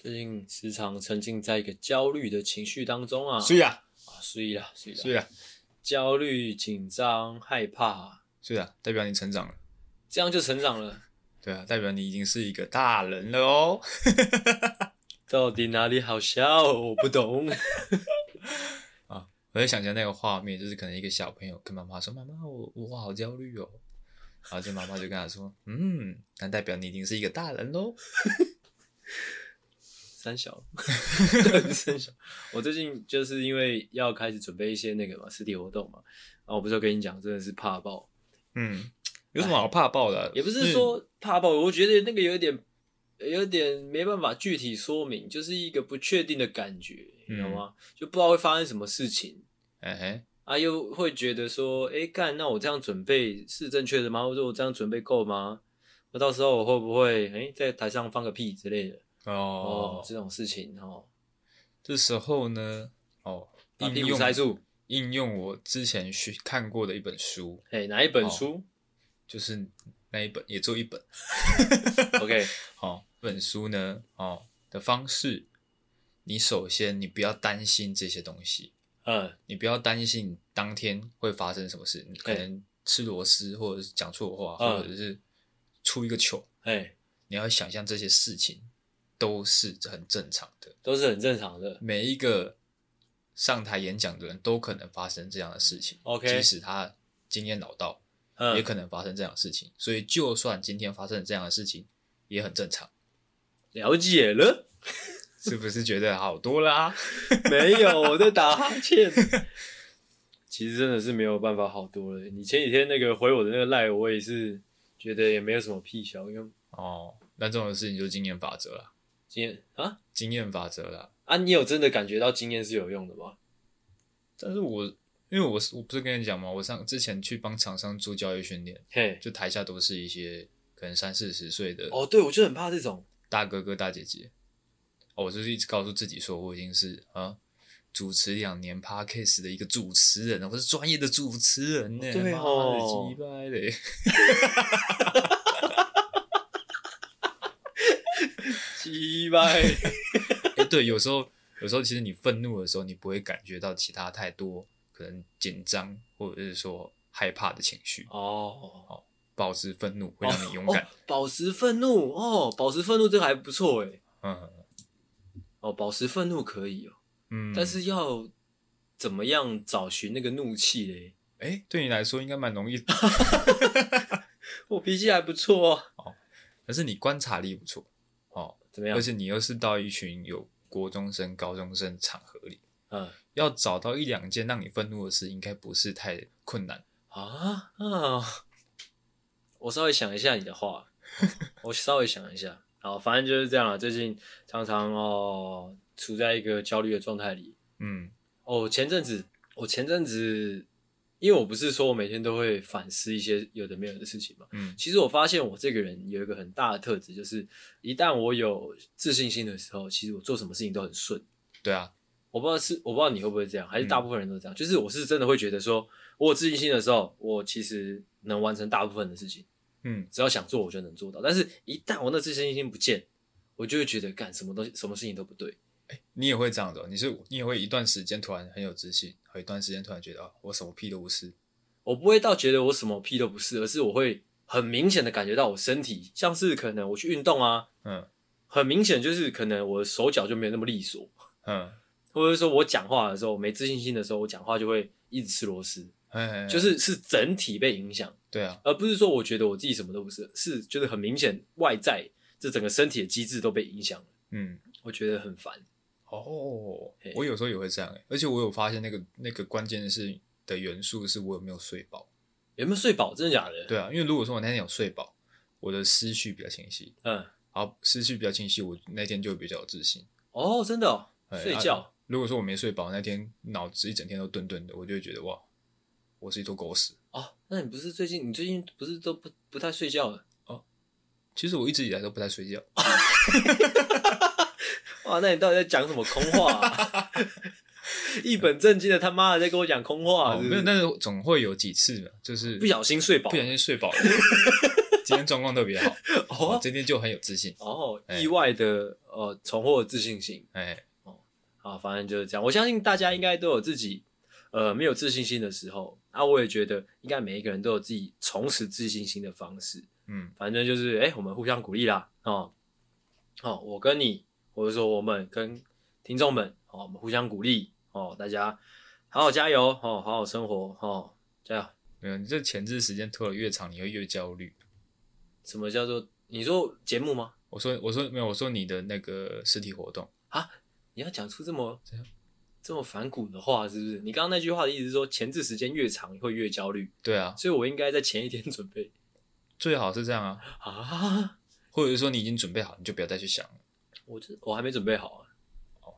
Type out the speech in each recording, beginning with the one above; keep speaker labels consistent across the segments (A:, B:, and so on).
A: 最近时常沉浸在一个焦虑的情绪当中啊，
B: 是啊，
A: 啊，所以啦，所以啦，
B: 是啊，
A: 焦虑、紧张、害怕，
B: 是啊，代表你成长了。
A: 这样就成长了。
B: 对啊，代表你已经是一个大人了哦。
A: 到底哪里好笑？我不懂。
B: 我在想象那个画面，就是可能一个小朋友跟妈妈说：“妈妈，我我好焦虑哦。”然后就妈妈就跟他说：“嗯，那代表你已经是一个大人喽。
A: 三 小，三小。我最近就是因为要开始准备一些那个嘛实体活动嘛，然后我不是有跟你讲，真的是怕爆，”
B: 嗯，有什么好怕爆的啊、
A: 哎也不是说怕爆，我觉得那个有点有点没办法具体说明，就是一个不确定的感觉，你懂吗？就不知道会发生什么事情。
B: 嗯，哎嘿，
A: 啊，又会觉得说，哎、干，那我这样准备是正确的吗？或者我这样准备够吗？我到时候我会不会，哎、在台上放个屁之类的？哦，
B: 哦，
A: 这种事情哦，
B: 这时候呢，哦，
A: 把
B: 应
A: 屁股
B: 用
A: 塞住。
B: 应用我之前去看过的一本书，
A: 哎、哪一
B: 哦
A: 本书、
B: 就是那一本，也只有一本。
A: o k
B: 哦，这本书呢，哦的方式，你首先你不要担心这些东西，
A: 嗯，
B: 你不要担心当天会发生什么事，你可
A: 对
B: 能吃螺丝或者是讲错话，
A: 嗯
B: 或者是出一个糗，
A: 哎、
B: 你要想象这些事情都是很正常的，
A: 都是很正常的。
B: 每一个上台演讲的人都可能发生这样的事情
A: OK
B: 即使他经验老道，
A: 嗯，
B: 也可能发生这样的事情，所以就算今天发生了这样的事情，也很正常。
A: 了解了，
B: 是不是觉得好多啊啦、
A: 没有，我在打哈欠。 其实真的是没有办法好多了。你前几天那个回我的那个赖，我也是觉得也没有什么屁效，因为
B: 哦，那这种事情就是经验法则啦，
A: 今天啊
B: 经验法则啦。
A: 啊，你有真的感觉到经验是有用的吗？
B: 但是我因为我是我不是跟你讲嘛，我上之前去帮厂商做教育训练，
A: 嘿，
B: 就台下都是一些可能三四十岁的
A: 哦，对，我就很怕这种。
B: 大哥哥大姐姐，哦，我就是一直告诉自己说，我已经是啊主持两年 podcast 的一个主持人了，我是专业的主持人呢、
A: 对哦
B: 妈的鸡掰嘞，
A: 鸡 掰，
B: 哎，对，有时候有时候其实你愤怒的时候，你不会感觉到其他太多可能紧张或者是说害怕的情绪，
A: 哦，
B: 保持愤怒会让你勇敢
A: 哦。保持愤怒哦，保持愤怒这个还不错哎。
B: 嗯
A: 哦，保持愤怒可以哦，
B: 嗯，
A: 但是要怎么样找寻那个怒气嘞？
B: 哎、诶对你来说应该蛮容易的，
A: 我脾气还不错哦，
B: 可是你观察力不错哦，
A: 怎么样
B: 而？且你又是到一群有国中生、高中生的场合里，
A: 嗯
B: 要找到一两件让你愤怒的事，应该不是太困难。
A: 啊啊！我稍微想一下你的话，我稍微想一下。好，反正就是这样了。最近常常哦处在一个焦虑的状态里。
B: 嗯
A: 哦，前阵子，我前阵子，因为我不是说我每天都会反思一些有的没有的事情嘛。
B: 嗯
A: 其实我发现我这个人有一个很大的特质，就是一旦我有自信心的时候，其实我做什么事情都很顺。
B: 对啊，
A: 我不知道是我不知道你会不会这样，还是大部分人都这样。就是我是真的会觉得说，我有自信心的时候，我其实能完成大部分的事情，
B: 嗯
A: 只要想做我就能做到。但是一旦我那自信心不见，我就会觉得干什么东西、什么事情都不对。
B: 你也会这样子、哦，你是你也会一段时间突然很有自信，和一段时间突然觉得啊，我什么屁都不是。
A: 我不会到觉得我什么屁都不是，而是我会很明显的感觉到我身体，像是可能我去运动啊，
B: 嗯
A: 很明显就是可能我的手脚就没有那么利索，
B: 嗯，
A: 或者说我讲话的时候我没自信心的时候，我讲话就会一直吃螺丝，
B: 嘿嘿嘿
A: 就是是整体被影响。
B: 对啊，
A: 而不是说我觉得我自己什么都不是，是就是很明显外在这整个身体的机制都被影响了，
B: 嗯。
A: 我觉得很烦。
B: 哦
A: 嘿，
B: 我有时候也会这样、欸，而且我有发现那个那个关键的是的元素是我有没有睡饱。
A: 有没有睡饱？真的假的？，
B: 对啊，因为如果说我那天有睡饱，我的思绪比较清晰，
A: 嗯，
B: 然后思绪比较清晰，我那天就比较有自信。
A: 哦，真的、哦，
B: 哎
A: 睡
B: 啊
A: 觉，
B: 如果说我没睡饱，那天脑子一整天都顿顿的，我就会觉得哇，我是一坨狗屎。
A: 哦，那你不是最近你最近不是都不不太睡觉了？
B: 其实我一直以来都不太睡觉，
A: 哇，那你到底在讲什么空话、啊？ 一本正经的他妈的在跟我讲空话、啊
B: 哦
A: 是不
B: 没
A: 是
B: 有，但是总会有几次的，就是
A: 不小心睡饱
B: 不，小心 睡饱了。今天状况特别好，我
A: 哦
B: 今天就很有自信。
A: 哦，
B: 哎
A: 意外的呃重获自信心
B: 哎，
A: 啊。反正就是这样，我相信大家应该都有自己呃没有自信心的时候啊。我也觉得应该每一个人都有自己重拾自信心的方式。
B: 嗯，
A: 反正就是哎、诶我们互相鼓励啦，哦，哦，我跟你，或者说我们跟听众们，哦，我们互相鼓励，哦，大家好好加油，哦，好好生活，哦，加油。
B: 没有，你这前置时间拖得越长，你会越焦虑。
A: 什么叫做你说节目吗？
B: 我说，我说没有，我说你的那个实体活动，
A: 你要讲出这么
B: 怎样
A: 这么反骨的话，是不是？你刚刚那句话的意思是说，前置时间越长会越焦虑，
B: 对啊，
A: 所以我应该在前一天准备
B: 最好是这样啊，
A: 啊？
B: 或者是说你已经准备好，你就不要再去想了，
A: 我这我还没准备好啊，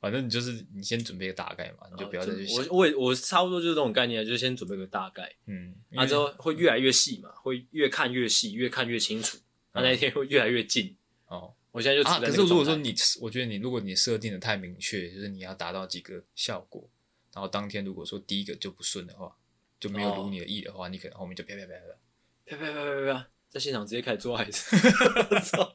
B: 反正你就是你先准备个大概嘛，你就不要再去想，
A: 哦我我也我差不多就是这种概念，啊就是先准备个大概。
B: 嗯，因
A: 啊，
B: 为
A: 之后会越来越细嘛，会越看越细，越看越清楚。那、那一天会越来越近。
B: 哦
A: 我现在就处
B: 嗯啊，
A: 在
B: 可
A: 那
B: 是
A: 个
B: 如
A: 状
B: 果
A: 态、
B: 说你，我觉得你如果你设定的太明确，就是你要达到几个效果，然后当天如果说第一个就不顺的话，就没有
A: 哦
B: 如你的意的话，你可能后面就啪啪
A: 啪
B: 啪啪啪，
A: 啪啪啪啪啪，在现场直接开始做爱。操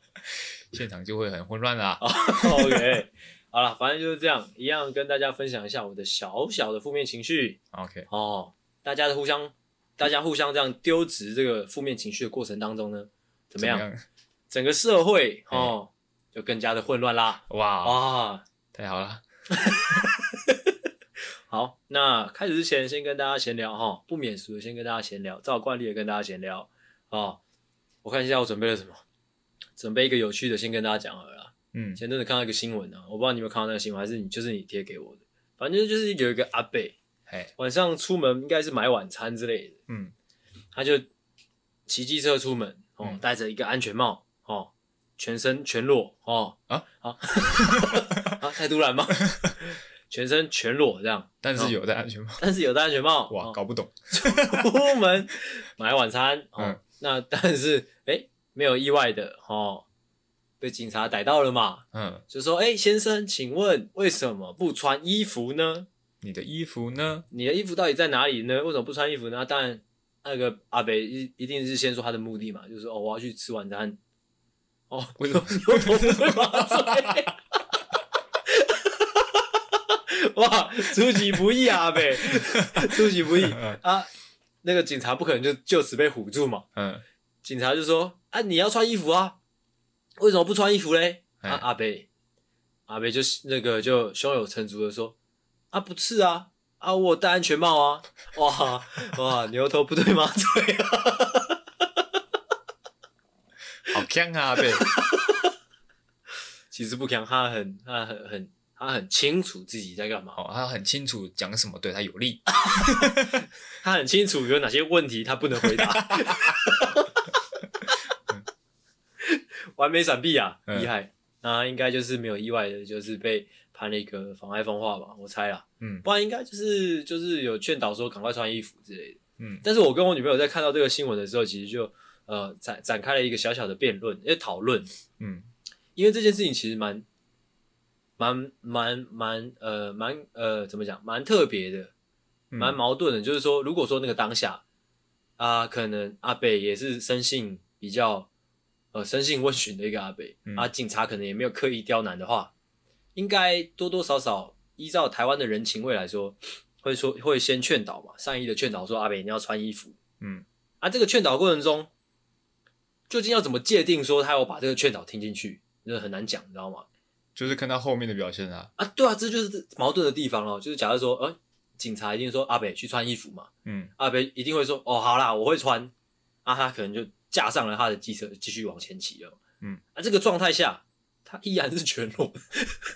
B: 现场就会很混乱
A: 哦
B: 啦。
A: OK，好了，反正就是这样，一样跟大家分享一下我的小小的负面情绪
B: OK，
A: 哦。大家的互相，大家互相这样丢掷这个负面情绪的过程当中呢，怎
B: 怎
A: 么样？？整个社会哦、就更加的混乱啦
B: 哇，
A: 啊！
B: 太好了，
A: 好，那开始之前先跟大家闲聊哈，不免俗的先跟大家闲聊，照惯例也跟大家闲聊哦。我看一下我准备了什么，准备一个有趣的，先跟大家讲好了啦。
B: 嗯，
A: 前阵子看到一个新闻啊，我不知道你有没有看到那个新闻，还是你就是你贴给我的，反正就是有一个阿伯
B: 嘿，
A: 晚上出门应该是买晚餐之类的，
B: 嗯，
A: 他就骑机车出门哦
B: 嗯，
A: 戴着一个安全帽哦，全身全裸哦
B: 啊
A: 啊 啊！太突然吗？ 全身全裸这样，
B: 但是有戴安全帽，
A: 但是有戴安全帽
B: 哇，
A: 哦
B: 搞不懂，
A: 出门买晚餐哦，
B: 嗯
A: 那但是哎、诶没有意外的哦，被警察逮到了嘛，
B: 嗯，
A: 就说哎、诶先生，请问为什么不穿衣服呢？
B: 你的衣服呢？
A: 你的衣服到底在哪里呢？为什么不穿衣服呢？啊当然，那个阿北一一定是先说他的目的嘛，就是哦我要去吃晚餐，哦，
B: 为什么
A: 油头不对马嘴。 哇，出其不意啊，阿北，出其不意。
B: 嗯
A: 啊，那个警察不可能就就此被唬住嘛。
B: 嗯，
A: 警察就说：“啊，你要穿衣服啊，为什么不穿衣服嘞？”
B: 哎
A: 啊，阿北，阿北就那个就胸有成竹的说：“啊，不是啊，啊，我有戴安全帽啊，哇哇，牛头不对马嘴啊，
B: 好强啊，对，
A: 其实不强，他很他很很他很清楚自己在干嘛，
B: 哦，他很清楚讲什么对他有利，
A: 他很清楚有哪些问题他不能回答， 完美闪避啊，
B: 嗯
A: 厉害！那应该就是没有意外的，就是被判了一个妨碍风化吧，我猜啦，
B: 嗯
A: 不然应该就是就是有劝导说赶快穿衣服之类的。
B: 嗯
A: 但是我跟我女朋友在看到这个新闻的时候，其实就呃展展开了一个小小的辩论，也讨论，
B: 嗯，
A: 因为这件事情其实蛮蛮蛮蛮呃蛮呃怎么讲，蛮特别的。
B: 嗯
A: 蛮矛盾的，就是说，如果说那个当下啊，可能阿北也是生性比较呃生性温驯的一个阿北、
B: 嗯
A: 啊，警察可能也没有刻意刁难的话，应该多多少少依照台湾的人情味来说，会说会先劝导嘛，善意的劝导说阿北你要穿衣服
B: 嗯
A: 啊。这个劝导过程中，究竟要怎么界定说他有把这个劝导听进去，这很难讲，你知道吗？
B: 就是看他后面的表现啊，
A: 啊，对啊，这就是矛盾的地方咯，就是假如说，呃，警察一定说阿北去穿衣服嘛。
B: 嗯
A: 阿北一定会说：“哦，好啦，我会穿。”啊，他可能就架上了他的机车，继续往前骑了。
B: 嗯，
A: 啊，这个状态下，他依然是全裸。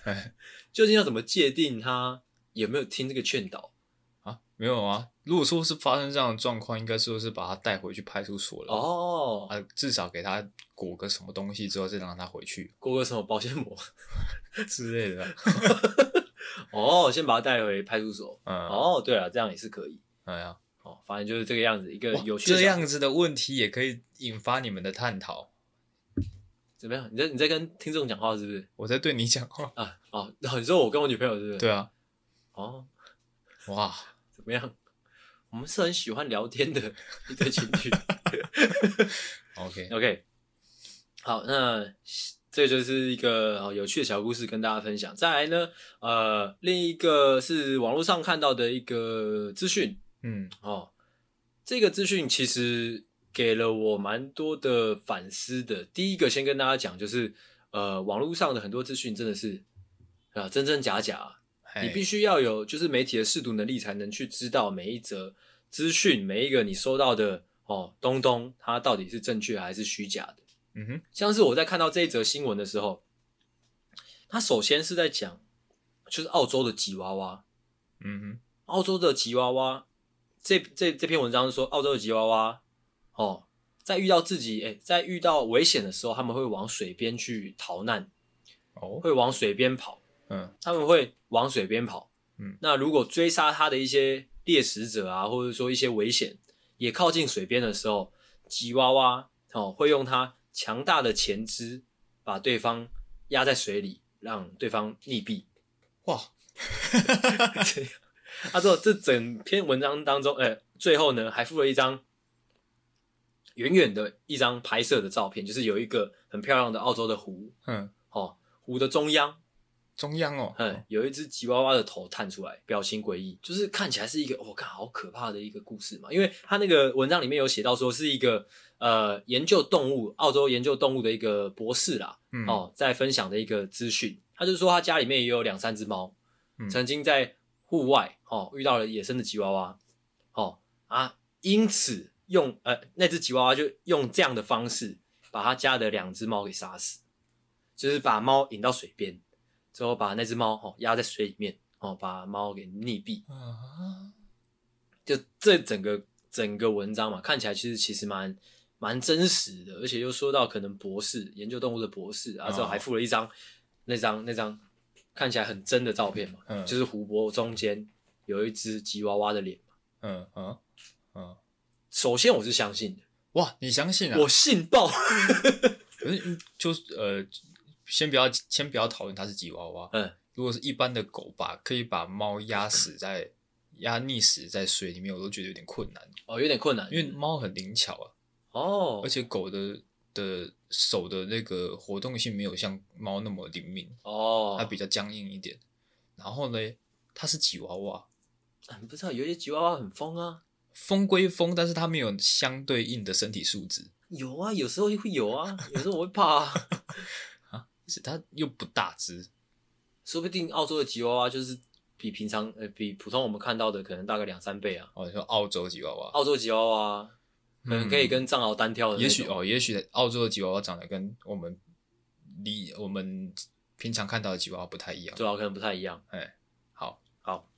B: 哎
A: 究竟要怎么界定他有没有听这个劝导？
B: 啊，没有啊，如果说是发生这样的状况，应该说是把他带回去派出所了，
A: 哦，
B: 啊，至少给他裹个什么东西之后，再让他回 去
A: 过个什么保鲜膜？
B: 之类的，
A: 哦，先把他带回派出所。
B: 嗯，
A: 哦，对了，这样也是可以。
B: 哎呀，
A: 哦，反正就是这个样子，一个
B: 哇
A: 呃有趣的
B: 这
A: 小
B: 样子的问题也可以引发你们的探讨。
A: 怎么样？你在你在跟听众讲话是不是？
B: 我在对你讲 话，
A: 啊，哦，你说我跟我女朋友是不是？
B: 对啊，
A: 哦，
B: 哇，
A: 怎么样？我们是很喜欢聊天的一 对情侣。
B: OK，
A: OK，好，那这就是一个哦有趣的小故事跟大家分享。再来呢，呃，另一个是网络上看到的一个资讯
B: 嗯
A: 哦，这个资讯其实给了我蛮多的反思的。第一个先跟大家讲，就是呃，网络上的很多资讯真的是啊、真真假假、
B: 嘿
A: 你必须要有就是媒体的适度能力，才能去知道每一则资讯，每一个你收到的哦东东，它到底是正确还是虚假的。
B: 嗯哼，
A: 像是我在看到这一则新闻的时候，它首先是在讲就是澳洲的吉娃娃，
B: 嗯哼，
A: 澳洲的吉娃娃，这这这篇文章是说澳洲的吉娃娃哦，在遇到自己哎、在遇到危险的时候，他们会往水边去逃难，
B: 哦，
A: 会往水边跑。
B: 嗯
A: 他们会往水边跑。
B: 嗯，
A: 那如果追杀它的一些猎食者啊，或者说一些危险，也靠近水边的时候，吉娃娃哦会用它强大的前肢把对方压在水里，让对方溺毙。
B: 哇，
A: 他说这整篇文章当中，呃，最后呢还附了一张远远的一张拍摄的照片，就是有一个很漂亮的澳洲的湖
B: 嗯，
A: 哦，湖的中央
B: 中央哦，
A: 嗯，有一只吉娃娃的头探出来，表情诡异，就是看起来是一个我看、好可怕的一个故事嘛。因为他那个文章里面有写到说是一个呃研究动物，澳洲研究动物的一个博士啦，
B: 嗯，
A: 哦，在分享的一个资讯。他就说他家里面也有两三只猫，
B: 嗯
A: 曾经在户外哦遇到了野生的吉娃娃，哦啊，因此用呃那只吉娃娃就用这样的方式把他家的两只猫给杀死，就是把猫引到水边，之后把那只猫哦压在水里面哦把猫给溺毙。
B: 啊，
A: 就这整个整个文章嘛，看起来其实其实蛮蛮真实的，而且又说到可能博士研究动物的博士，啊，
B: 哦
A: 之后还附了一张那张那张看起来很真的照片嘛，
B: 嗯
A: 就是湖泊中间有一只吉娃娃的脸嘛。
B: 嗯嗯嗯，
A: 首先我是相信的，
B: 哇，你相信啊？
A: 我信爆，
B: 可是就是呃，先不要先不要讨论它是吉娃娃，
A: 嗯，
B: 如果是一般的狗把可以把猫压死在压溺死在水里面，我都觉得有点困难，
A: 哦，有点困难，
B: 因为猫很灵巧啊，
A: 哦
B: 而，且狗的的手的那个活动性没有像猫那么灵敏，
A: 哦，
B: 啊它比较僵硬一点。然后呢，它是吉娃娃，
A: 啊你不知道有些吉娃娃很疯啊，
B: 疯归疯，但是它没有相对应的身体素质，
A: 有啊，有时候会有啊，有时候我会怕啊，
B: 而且它又不大只，
A: 说不定澳洲的吉娃娃就是比平常呃比普通我们看到的可能大概两三倍啊。
B: 哦，你说澳洲吉娃娃，
A: 澳洲吉娃娃，可能可以跟藏獒单挑的那种。
B: 嗯也许哦，也许澳洲的吉娃娃长得跟我们离我们平常看到的吉娃娃不太一样。
A: 对啊，可能不太一样。
B: 哎，好，
A: 好，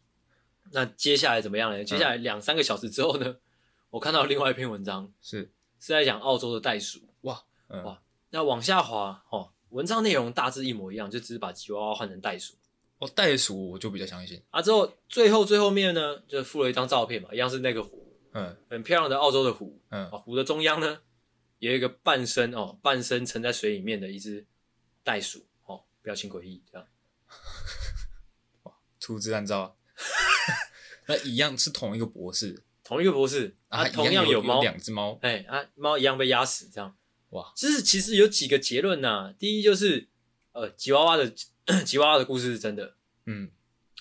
A: 那接下来怎么样
B: 嗯
A: 呢？接下来两三个小时之后呢， 我看到另外一篇文章
B: 是
A: 是在讲澳洲的袋鼠。
B: 哇，嗯
A: 哇那往下滑哦，文章内容大致一模一样，就只是把吉娃娃换成袋鼠。
B: 哦，袋鼠我就比较相信，
A: 啊，之后最后最后面呢，就附了一张照片嘛，一样是那个湖，
B: 嗯
A: 很漂亮的澳洲的湖。
B: 嗯
A: 啊，湖的中央呢，有一个半身哦，半身沉在水里面的一只袋鼠哦，表情诡异这样。
B: 粗制滥 造啊， 那一样是同一个博士，
A: 同一个博士，
B: 啊，
A: 他
B: 他一
A: 同样
B: 有
A: 猫，
B: 两只猫，
A: 哎，啊，猫一样被压死，这样。
B: 哇，
A: 就是其实有几个结论呐、第一就是，呃，吉娃娃的 吉娃娃的故事是真的；
B: 嗯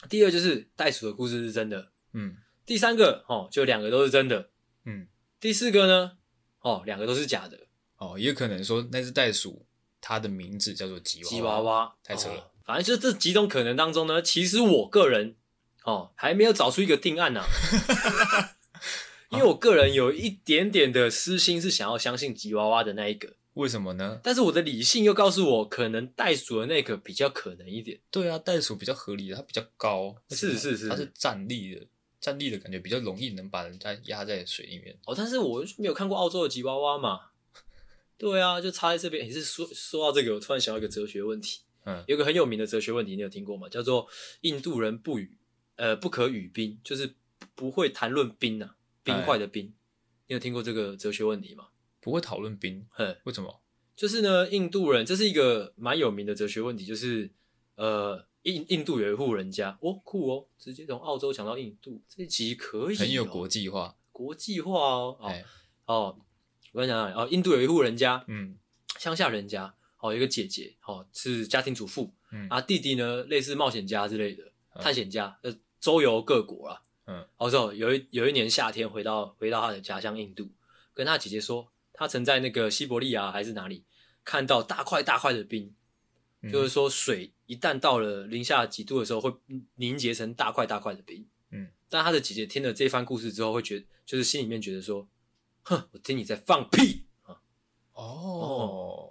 A: 第二就是袋鼠的故事是真的；
B: 嗯
A: 第三个哦，就两个都是真的；
B: 嗯，
A: 第四个呢，哦，两个都是假的。
B: 哦，也可能说那只袋鼠它的名字叫做吉娃
A: 吉娃，娃
B: 太扯了
A: 哦反正就这几种可能当中呢，其实我个人哦还没有找出一个定案呐、 因为我个人有一点点的私心是想要相信吉娃娃的那一个，
B: 为什么呢？
A: 但是我的理性又告诉我，可能袋鼠的那个比较可能一点。
B: 对啊，袋鼠比较合理的，它比较高，而且
A: 是
B: 它
A: 是是
B: 它是站立的，站立的感觉比较容易能把人家压在水里面。
A: 哦，但是我没有看过澳洲的吉娃娃嘛。对啊，就插在这边。也是说说到这个，我突然想到一个哲学问题，
B: 嗯
A: 有一个很有名的哲学问题，你有听过吗？叫做印度人不语，呃，不可语冰，就是不会谈论冰啊，冰块的冰。你有听过这个哲学问题吗？
B: 不会讨论冰，
A: 嗯，
B: 为什么？
A: 就是呢，印度人这是一个蛮有名的哲学问题，就是呃，印印度有一户人家，哦，酷哦，直接从澳洲讲到印度，这一集可以、哦、
B: 很有国际化。
A: 国际化哦。哦
B: 哎、
A: 啊哦，我跟你讲哦，印度有一户人家，
B: 嗯
A: 乡下人家哦，有一个姐姐，哦，是家庭主妇，
B: 嗯
A: 啊，弟弟呢类似冒险家之类的，
B: 嗯
A: 探险家，呃，周游各国啦。
B: 嗯，
A: 哦，之后有一有一年夏天回到回到他的家乡印度，跟他姐姐说，他曾在那个西伯利亚还是哪里看到大块大块的冰，
B: 嗯
A: 就是说水一旦到了零下几度的时候会凝结成大块大块的冰。
B: 嗯，
A: 但他的姐姐听了这番故事之后，会觉就是心里面觉得说，哼，我听你在放屁啊！
B: 哦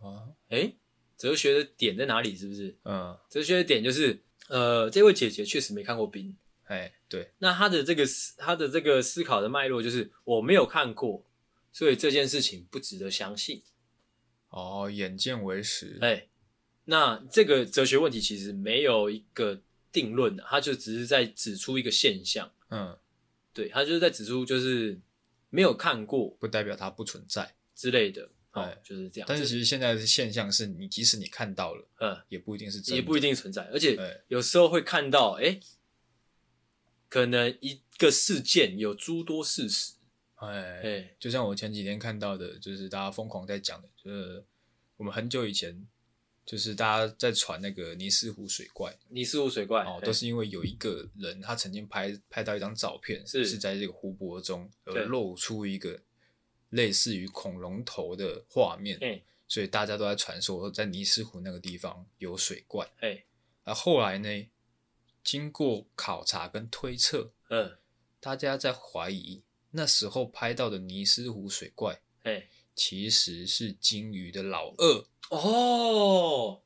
B: 啊
A: 诶，哲学的点在哪里？是不是？
B: 嗯
A: 哲学的点就是，呃，这位姐姐确实没看过冰。
B: 哎对
A: 那她的这个思，她的这个思考的脉络就是我没有看过，所以这件事情不值得相信。
B: 哦眼见为实
A: 哎、那这个哲学问题其实没有一个定论、啊，它就只是在指出一个现象，
B: 嗯
A: 对，它就是在指出就是没有看过
B: 不代表它不存在，
A: 之类的，哦，
B: 哎
A: 就是这样。
B: 但是
A: 这
B: 其实现在的现象是你即使你看到了，
A: 嗯，
B: 也不一定是真的，
A: 也不一定存在，而且
B: 哎
A: 有时候会看到，哎、可能一个事件有诸多事实，
B: 哎
A: 哎、
B: 就像我前几天看到的，就是大家疯狂在讲的，就是我们很久以前，就是大家在传那个尼斯湖水怪
A: 尼斯湖水怪，
B: 哦，
A: 哎
B: 都是因为有一个人他曾经拍拍到一张照片，
A: 是
B: 是在这个湖泊中
A: 对
B: 而露出一个类似于恐龙头的画面，
A: 哎
B: 所以大家都在传说在尼斯湖那个地方有水怪。
A: 哎，
B: 而后来呢，经过考察跟推测，
A: 嗯，
B: 大家在怀疑那时候拍到的尼斯湖水怪。
A: 哎，
B: 其实是鲸鱼的老二。
A: 哦，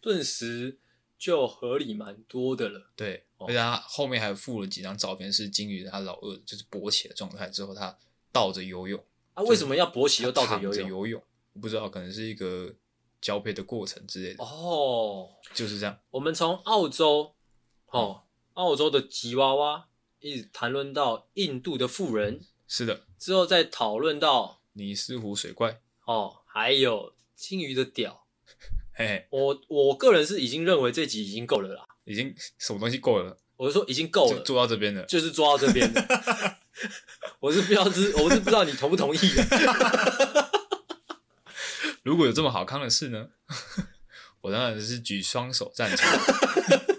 A: 顿时就合理蛮多的了，
B: 对，
A: 哦
B: 而且他后面还附了几张照片，是鲸鱼的他老二，就是勃起的状态之后，他倒着游泳，
A: 啊，为什么要勃起又
B: 他
A: 倒着
B: 躺
A: 游泳？
B: 游泳，我不知道，可能是一个交配的过程之类的，
A: 哦，
B: 就是这样。
A: 我们从澳洲，哦，澳洲的吉娃娃一直谈论到印度的富人，
B: 是的，
A: 之后再讨论到
B: 尼斯湖水怪，
A: 哦，还有金鱼的屌。
B: 嘿嘿，
A: 我我个人是已经认为这集已经够了啦，
B: 已经什么东西够了，
A: 我是说已经够
B: 就
A: 了，
B: 做到这边了。
A: 就是做到这边的。我是不知道知，我是不知道你同不同意啊的。
B: 如果有这么好康的事呢， 我当然是举双手赞成。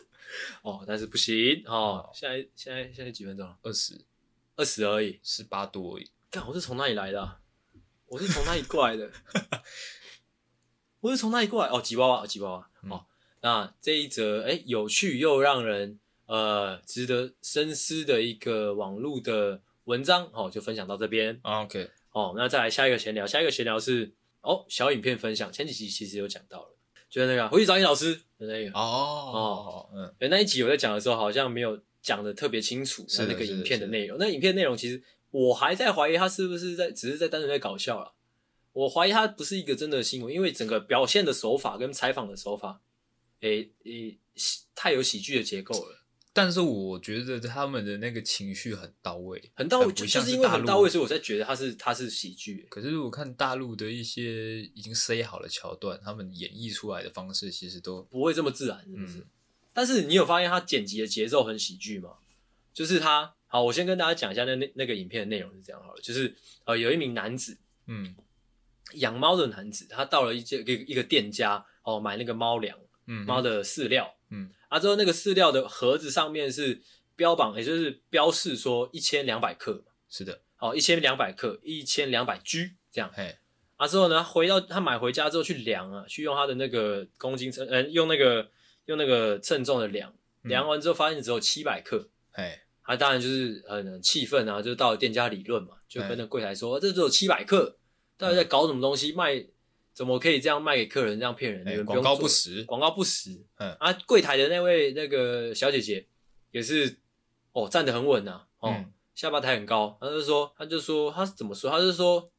A: 哦，但是不行哦，现在现在现在几分钟了？
B: 二十
A: 二十而已。
B: 十八度而已，
A: 干，我是从哪里来的啊、我是从哪里过来的？我是从哪里过来？哦，吉娃娃，吉娃娃。
B: 嗯
A: 哦，那这一则哎、有趣又让人呃值得深思的一个网络的文章哦，就分享到这边
B: 啊 OK，
A: 哦。那再来下一个闲聊，下一个闲聊是哦小影片分享，前几集其实有讲到了，就是那个回去找你老师的那个。
B: 哦，嗯，
A: 对，那一集我在讲的时候，好像没有讲的特别清楚
B: 是的
A: 那个
B: 是的
A: 影片
B: 是
A: 的
B: 的
A: 内容。那影片内容其实我还在怀疑他是不是在只是在单纯在搞笑了。我怀疑他不是一个真的新闻，因为整个表现的手法跟采访的手法，诶、诶、喜太有喜剧的结构了，
B: 但是我觉得他们的那个情绪很到位，
A: 很到位，
B: 很不
A: 就就
B: 像
A: 是
B: 是
A: 因为
B: 大
A: 很
B: 陆
A: 到位，所以我才觉得他是他是喜剧。
B: 可是我看大陆的一些已经塞好的桥段，他们演绎出来的方式其实都
A: 不会这么自然，是不是？
B: 嗯
A: 但是你有发现他剪辑的节奏很喜剧吗？就是他，好，我先跟大家讲一下那那那个影片的内容是这样好了，就是呃，有一名男子，
B: 嗯
A: 养猫的男子，他到了一间一个一个店家哦，买那个猫粮、
B: 嗯
A: 猫的饲料，
B: 嗯
A: 啊，之后那个饲料的盒子上面是标榜，也就是标示说一千两百克嘛，
B: 是的，
A: 哦，一千两百克，一千两百 G 这样。
B: 嘿
A: 啊，之后呢，回到他买回家之后去量啊，去用他的那个公斤称，嗯、用那个用那个称重的量，
B: 嗯
A: 量完之后发现只有七百克，
B: 嘿
A: 他当然就是很很气愤啊，就到店家理论嘛，就跟
B: 哎嗯
A: 那柜台说、这只有七百克，到底在搞什么东西卖？怎么可以这样卖给客人，这样骗人？你
B: 嘿，
A: 们
B: 哎广
A: 用
B: 告
A: 做
B: 不，实，
A: 广告不实。
B: 嗯
A: 啊，柜台的那位那个小姐姐也是哦，站得很稳呐、哦，
B: 嗯
A: 下巴抬很高。她就说，她就说，她是怎么说？她就说，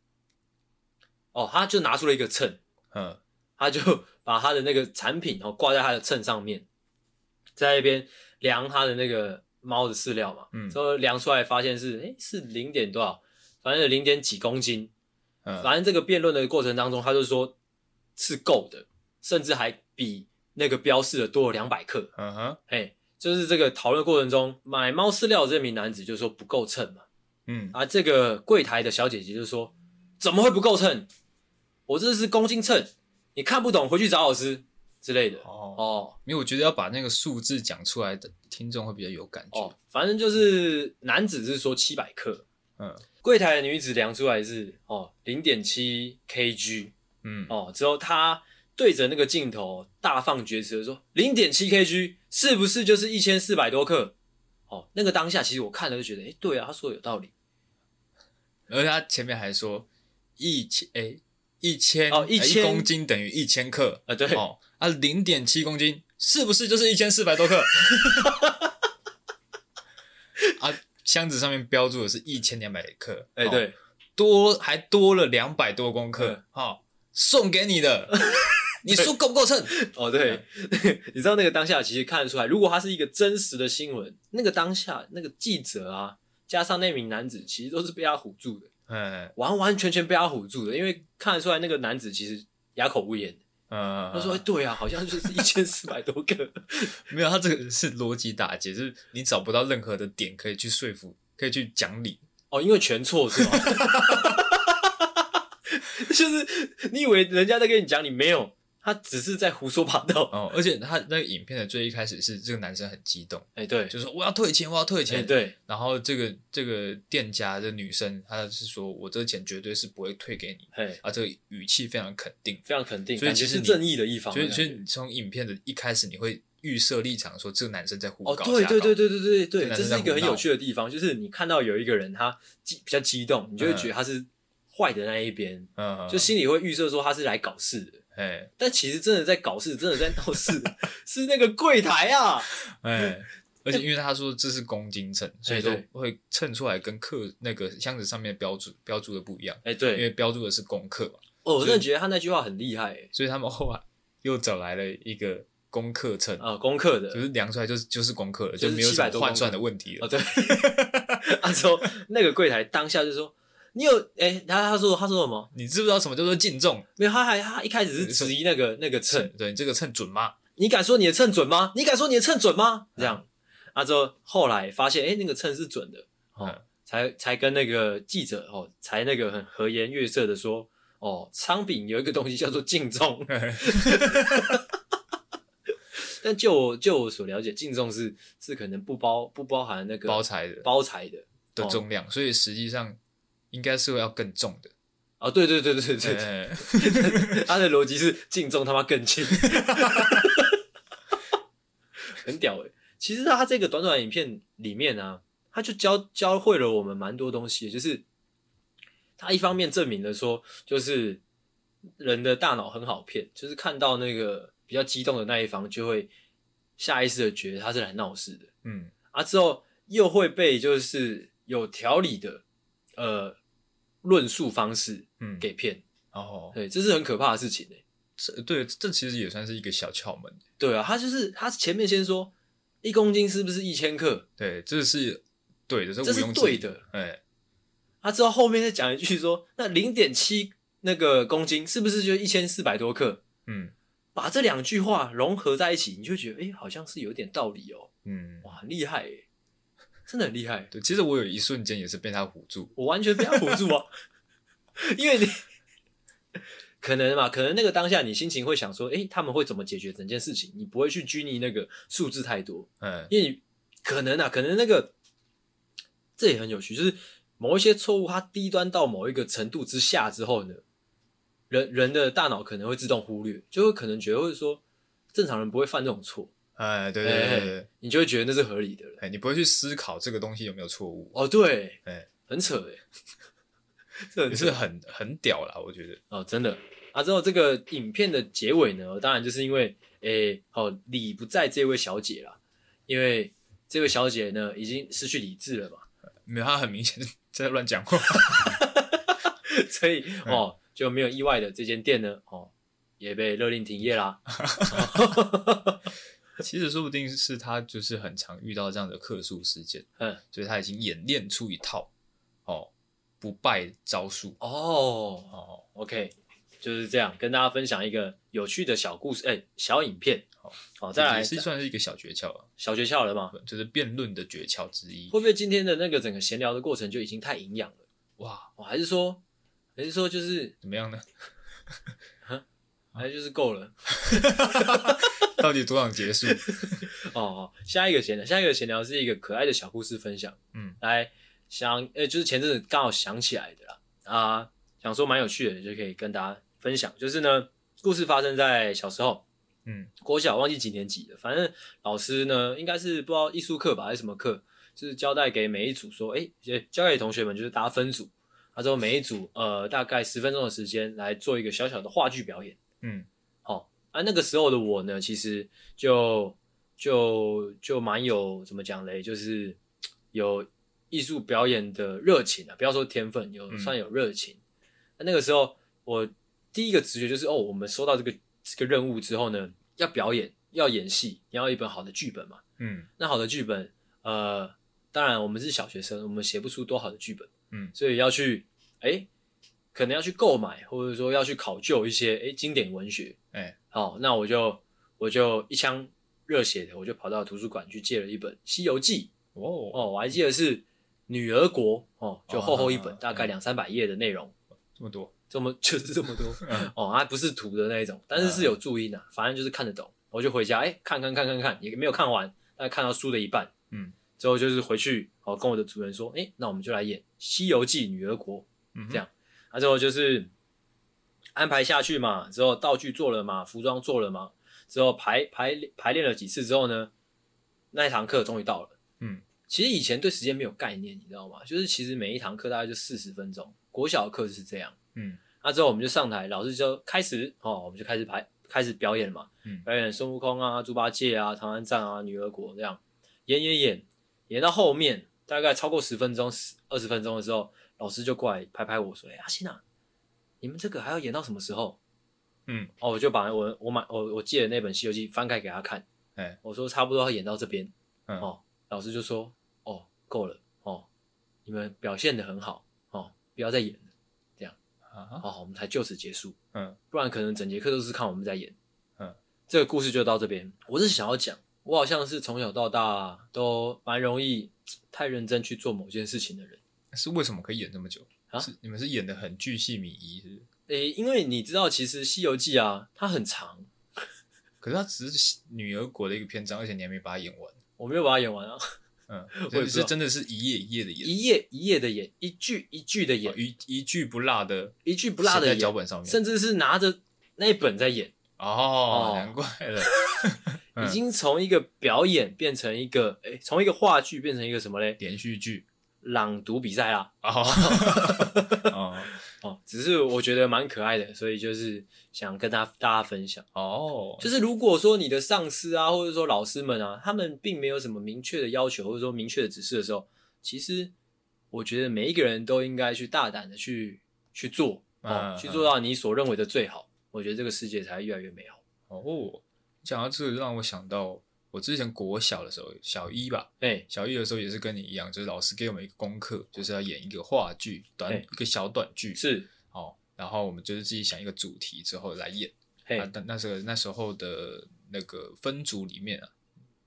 A: 哦，她就拿出了一个秤，
B: 嗯
A: 他就把他的那个产品哦挂在他的秤上面，在那边量他的那个猫的饲料嘛，
B: 嗯
A: 之后量出来发现是诶是零点多少，反正有零点几公斤，
B: 嗯
A: 反正这个辩论的过程当中，他就说是够的，甚至还比那个标示的多了两百克，
B: 嗯哼，
A: 哎，就是这个讨论过程中，买猫饲料的这名男子就说不够秤嘛，
B: 嗯
A: 啊，这个柜台的小姐姐就说：“怎么会不够称？我这是公斤称，你看不懂回去找老师之类的。
B: 哦，
A: 哦
B: 因为我觉得要把那个数字讲出来的听众会比较有感觉。
A: 哦，反正就是男子是说七百克，
B: 嗯
A: 柜台的女子量出来是哦零点七 kg
B: 嗯，
A: 哦，之后她对着那个镜头大放厥词的说零点七 kg 是不是就是一千四百多克？哦，那个当下其实我看了就觉得，哎、对啊，他说的有道理。
B: 而且他前面还说一千诶一千
A: 哦一
B: 呃
A: 千
B: 公斤等于一千克
A: 啊对
B: 哦啊零点七公斤是不是就是一千四百多克？ 啊，箱子上面标注的是一千两百克，
A: 哎、
B: 哦
A: 对，
B: 多还多了两百多公克
A: 嗯，
B: 好、送给你 的，你说够不够称？
A: 哦对， 你知道那个当下其实看得出来，如果他是一个真实的新闻，那个当下那个记者啊，加上那名男子，其实都是被他唬住的。
B: 嗯
A: 完完全全被他唬住的，因为看得出来那个男子其实哑口无言。
B: 嗯，
A: 他说：“哎对啊，好像就是一千四百多个。
B: 没有，他这个是逻辑打结，就是你找不到任何的点可以去说服，可以去讲理。”
A: 哦，因为全错 是吗？就是你以为人家在跟你讲，你没有，他只是在胡说八道。
B: 哦，而且他那个影片的最一开始是这个男生很激动，
A: 哎、对，
B: 就说我要退钱，我要退
A: 哎、
B: 钱。。
A: 对，
B: 然后这个这个店家的女生，她是说我这个钱绝对是不会退给你
A: 哎、
B: 啊，这个语气非常肯定。
A: 非常肯定，
B: 所以
A: 感觉
B: 其实
A: 是
B: 你
A: 正义的一方。
B: 所以所
A: 以
B: 以你从影片的一开始，你会预设立场说这个男生在胡
A: 哦，
B: 搞。
A: 对对对
B: 对，
A: 对对对
B: 这
A: 对，
B: 男
A: 这
B: 生在
A: 是一个很
B: 胡闹
A: 有趣的地方，就是你看到有一个人他激比较激动，你就会觉得他是坏的那一边，
B: 嗯，
A: 就心里会预设说他是来搞事的。
B: 哎
A: 但其实真的在搞事，真的在闹事， 是那个柜台啊。
B: 哎。而且因为他说这是公斤秤，所以说
A: 哎对
B: 会称出来跟克那个箱子上面标注标注的不一样，
A: 哎、
B: 因
A: 对，
B: 为标注的是公克嘛。
A: 哦，我真的觉得他那句话很厉害、欸，
B: 所以他们后来又找来了一个功课秤，
A: 啊、功课的
B: 就，是量出来就是就是功课了，
A: 就是
B: 没有什
A: 700
B: 么
A: 多
B: 换算的问题
A: 哦
B: 了。
A: 对， 他说那个柜台当下就说。你有哎、他他说他说什么？
B: 你知不知道什么叫做净重
A: 没有，他还他一开始是质疑那个
B: 嗯
A: 那个秤，
B: 秤？对，这个秤准吗？
A: 你敢说你的秤准吗？你敢说你的秤准吗？这样，啊之后后来发现哎、那个秤是准的，
B: 嗯
A: 哦，才才跟那个记者哦才那个很和颜悦色的说哦，昌饼有一个东西叫做净 重，但就我就我所了解，净重是是可能不包不包含那个
B: 包材的
A: 包材的
B: 的重量，所以实际上应该是会要更重的。哎
A: 哦，对对对对对对，
B: 对，
A: 他的逻辑是净重他妈更轻， 很屌诶、其实他这个短短的影片里面啊，他就教教会了我们蛮多东西的，就是他一方面证明了说，就是人的大脑很好骗，就是看到那个比较激动的那一方，就会下意识的觉得他是来闹事的。
B: 嗯，
A: 啊之后又会被就是有条理的呃论述方式
B: 嗯，
A: 给骗，
B: 哦，
A: 对，这是很可怕的事情、欸、
B: 这对这其实也算是一个小窍门。
A: 对啊，他就是他前面先说一公斤是不是一千克，
B: 对，这是对的，这
A: 这
B: 毋
A: 是
B: 庸置
A: 对
B: 疑。
A: 的，
B: 哎，
A: 他之后后面再讲一句说那零点七那个公斤是不是就一千四百多克，
B: 嗯
A: 把这两句话融合在一起，你就觉得哎、诶好像是有点道理哦、
B: 嗯，
A: 哇，很厉害、欸，真的很厉害。
B: 对，其实我有一瞬间也是被他唬住。
A: 我完全被他唬住啊， 因为你可能嘛，可能那个当下你心情会想说，诶，他们会怎么解决整件事情？你不会去拘泥那个数字太多，
B: 嗯
A: 因为你可能啊，可能那个这也很有趣，就是某一些错误它低端到某一个程度之下之后呢，人人的大脑可能会自动忽略，就会可能觉得会说，正常人不会犯这种错，
B: 哎，对对对对对，
A: 你就会觉得那是合理的了。
B: 哎，你不会去思考这个东西有没有错误。
A: 哦，对，
B: 哎
A: 很扯 诶，这很
B: 也
A: 扯
B: 是很很屌啦，我觉得。
A: 哦，真的啊！之后这个影片的结尾呢，当然就是因为诶，哦，理不在这位小姐啦，因为这位小姐呢已经失去理智了嘛，
B: 没有，他很明显是在乱讲话。
A: 所以
B: 嗯
A: 哦就没有意外的，这间店呢哦也被勒令停业啦。
B: 其实说不定是他就是很常遇到这样的客诉事件，
A: 嗯，
B: 所以他已经演练出一套哦不败招数。
A: 哦
B: 哦，
A: ，OK，就是这样，跟大家分享一个有趣的小故事，哎、小影片。
B: 好
A: 好、再来
B: 也是算是一个小诀窍啊，
A: 小诀窍了嘛？
B: 就是辩论的诀窍之一。
A: 会不会今天的那个整个闲聊的过程就已经太营养了？
B: 哇，
A: 哦，还是说，还是说就是
B: 怎么样呢？
A: 反正就是够了。
B: 到底多想结束？
A: 哦哦，下一个闲聊，下一个闲聊是一个可爱的小故事分享。
B: 嗯，
A: 来想，呃、就是前阵子刚好想起来的啦，啊，想说蛮有趣的，就可以跟大家分享。就是呢，故事发生在小时候，
B: 嗯
A: 国小忘记几年级了，反正老师呢，应该是不知道艺术课吧还是什么课，就是交代给每一组说，哎、也交代给同学们就是大家分组，他说每一组呃大概十分钟的时间来做一个小小的话剧表演。
B: 嗯
A: 哦，啊，那个时候的我呢，其实就就就蛮有怎么讲嘞，就是有艺术表演的热情啊，不要说天分，有
B: 嗯
A: 算有热情。那、那个时候，我第一个直觉就是，哦，我们收到这个这个任务之后呢，要表演，要演戏，你要一本好的剧本嘛。
B: 嗯
A: 那好的剧本，呃，当然我们是小学生，我们写不出多好的剧本，
B: 嗯
A: 所以要去，哎、可能要去购买，或者说要去考究一些哎、诶经典文学，
B: 哎
A: 好，那我就我就一腔热血的，我就跑到图书馆去借了一本《西游记》
B: 哦，
A: 哦，我还记得是女儿国哦，就厚厚一本，
B: 哦
A: 大概两三百页的内容，
B: 这么多，
A: 这么 就是这么多
B: 嗯
A: 哦，它不是图的那一种，但是是有注音的、反正就是看得懂。我就回家，哎、看看看看看，也没有看完，大概看到书的一半，
B: 嗯
A: 之后就是回去哦，跟我的主人说，哎、那我们就来演《西游记》女儿国。
B: 嗯，
A: 这样啊，之后就是安排下去嘛，之后道具做了嘛，服装做了嘛，之后排排排练了几次之后呢，那一堂课终于到了。
B: 嗯，
A: 其实以前对时间没有概念，你知道吗？就是其实每一堂课大概就四十分钟，国小课是这样。
B: 嗯
A: 那之后我们就上台，老师就开始哦，我们就开始排开始表演嘛，
B: 嗯
A: 表演孙悟空啊、猪八戒啊、唐三藏啊、女儿国这样演演演演到后面大概超过十分钟、十二十分钟的时候，老师就过来拍拍我说：“哎、阿信啊，你们这个还要演到什么时候？”
B: 嗯，
A: 哦，我就把我我买我我借的那本《西游记》翻开给他看，
B: 哎
A: 我说差不多要演到这边，
B: 嗯
A: 哦，老师就说：“哦，够了哦，你们表现的很好哦，不要再演了。”
B: 啊，
A: 哦，我们才就此结束。
B: 嗯，
A: 不然可能整节课都是看我们在演。
B: 嗯，
A: 这个故事就到这边。我是想要讲，我好像是从小到大都蛮容易太认真去做某件事情的人。
B: 嗯是为什么可以演这么久？
A: 啊
B: 是你们是演的很巨细靡遗，是不是？
A: 诶，因为你知道，其实《西游记》啊，它很长，
B: 可是它只是女儿国的一个篇章，而且你还没把它演完。
A: 我没有把它演完啊，
B: 嗯，
A: 知道
B: 所以是真的是一页一页的演，
A: 一页一页的演，一句一句的演，
B: 哦一一句不落的，
A: 一句不落的
B: 在脚
A: 演，
B: 本上面。
A: 甚至是拿着那本在演，
B: 哦
A: 哦，
B: 难怪了。嗯
A: 已经从一个表演变成一个，诶，从一个话剧变成一个什么嘞？
B: 连续剧
A: 朗读比赛啦。啊
B: 哦 哦
A: 哦，只是我觉得蛮可爱的，所以就是想跟大大家分享。
B: 哦，
A: 就是如果说你的上司啊，或者说老师们啊，他们并没有什么明确的要求，或者说明确的指示的时候，其实我觉得每一个人都应该去大胆的去去做，哦，
B: 嗯
A: 去做到你所认为的最好。我觉得这个世界才会越来越美好。
B: 哦，讲到这个，就让我想到我之前国小的时候，小一吧，
A: 哎、
B: 小一的时候也是跟你一样，就是老师给我们一个功课，就是要演一个话剧，短
A: 哎
B: 一个小短剧，
A: 是，
B: 哦，然后我们就是自己想一个主题之后来演。
A: 嘿、
B: 啊，但那时候那时候的那个分组里面啊，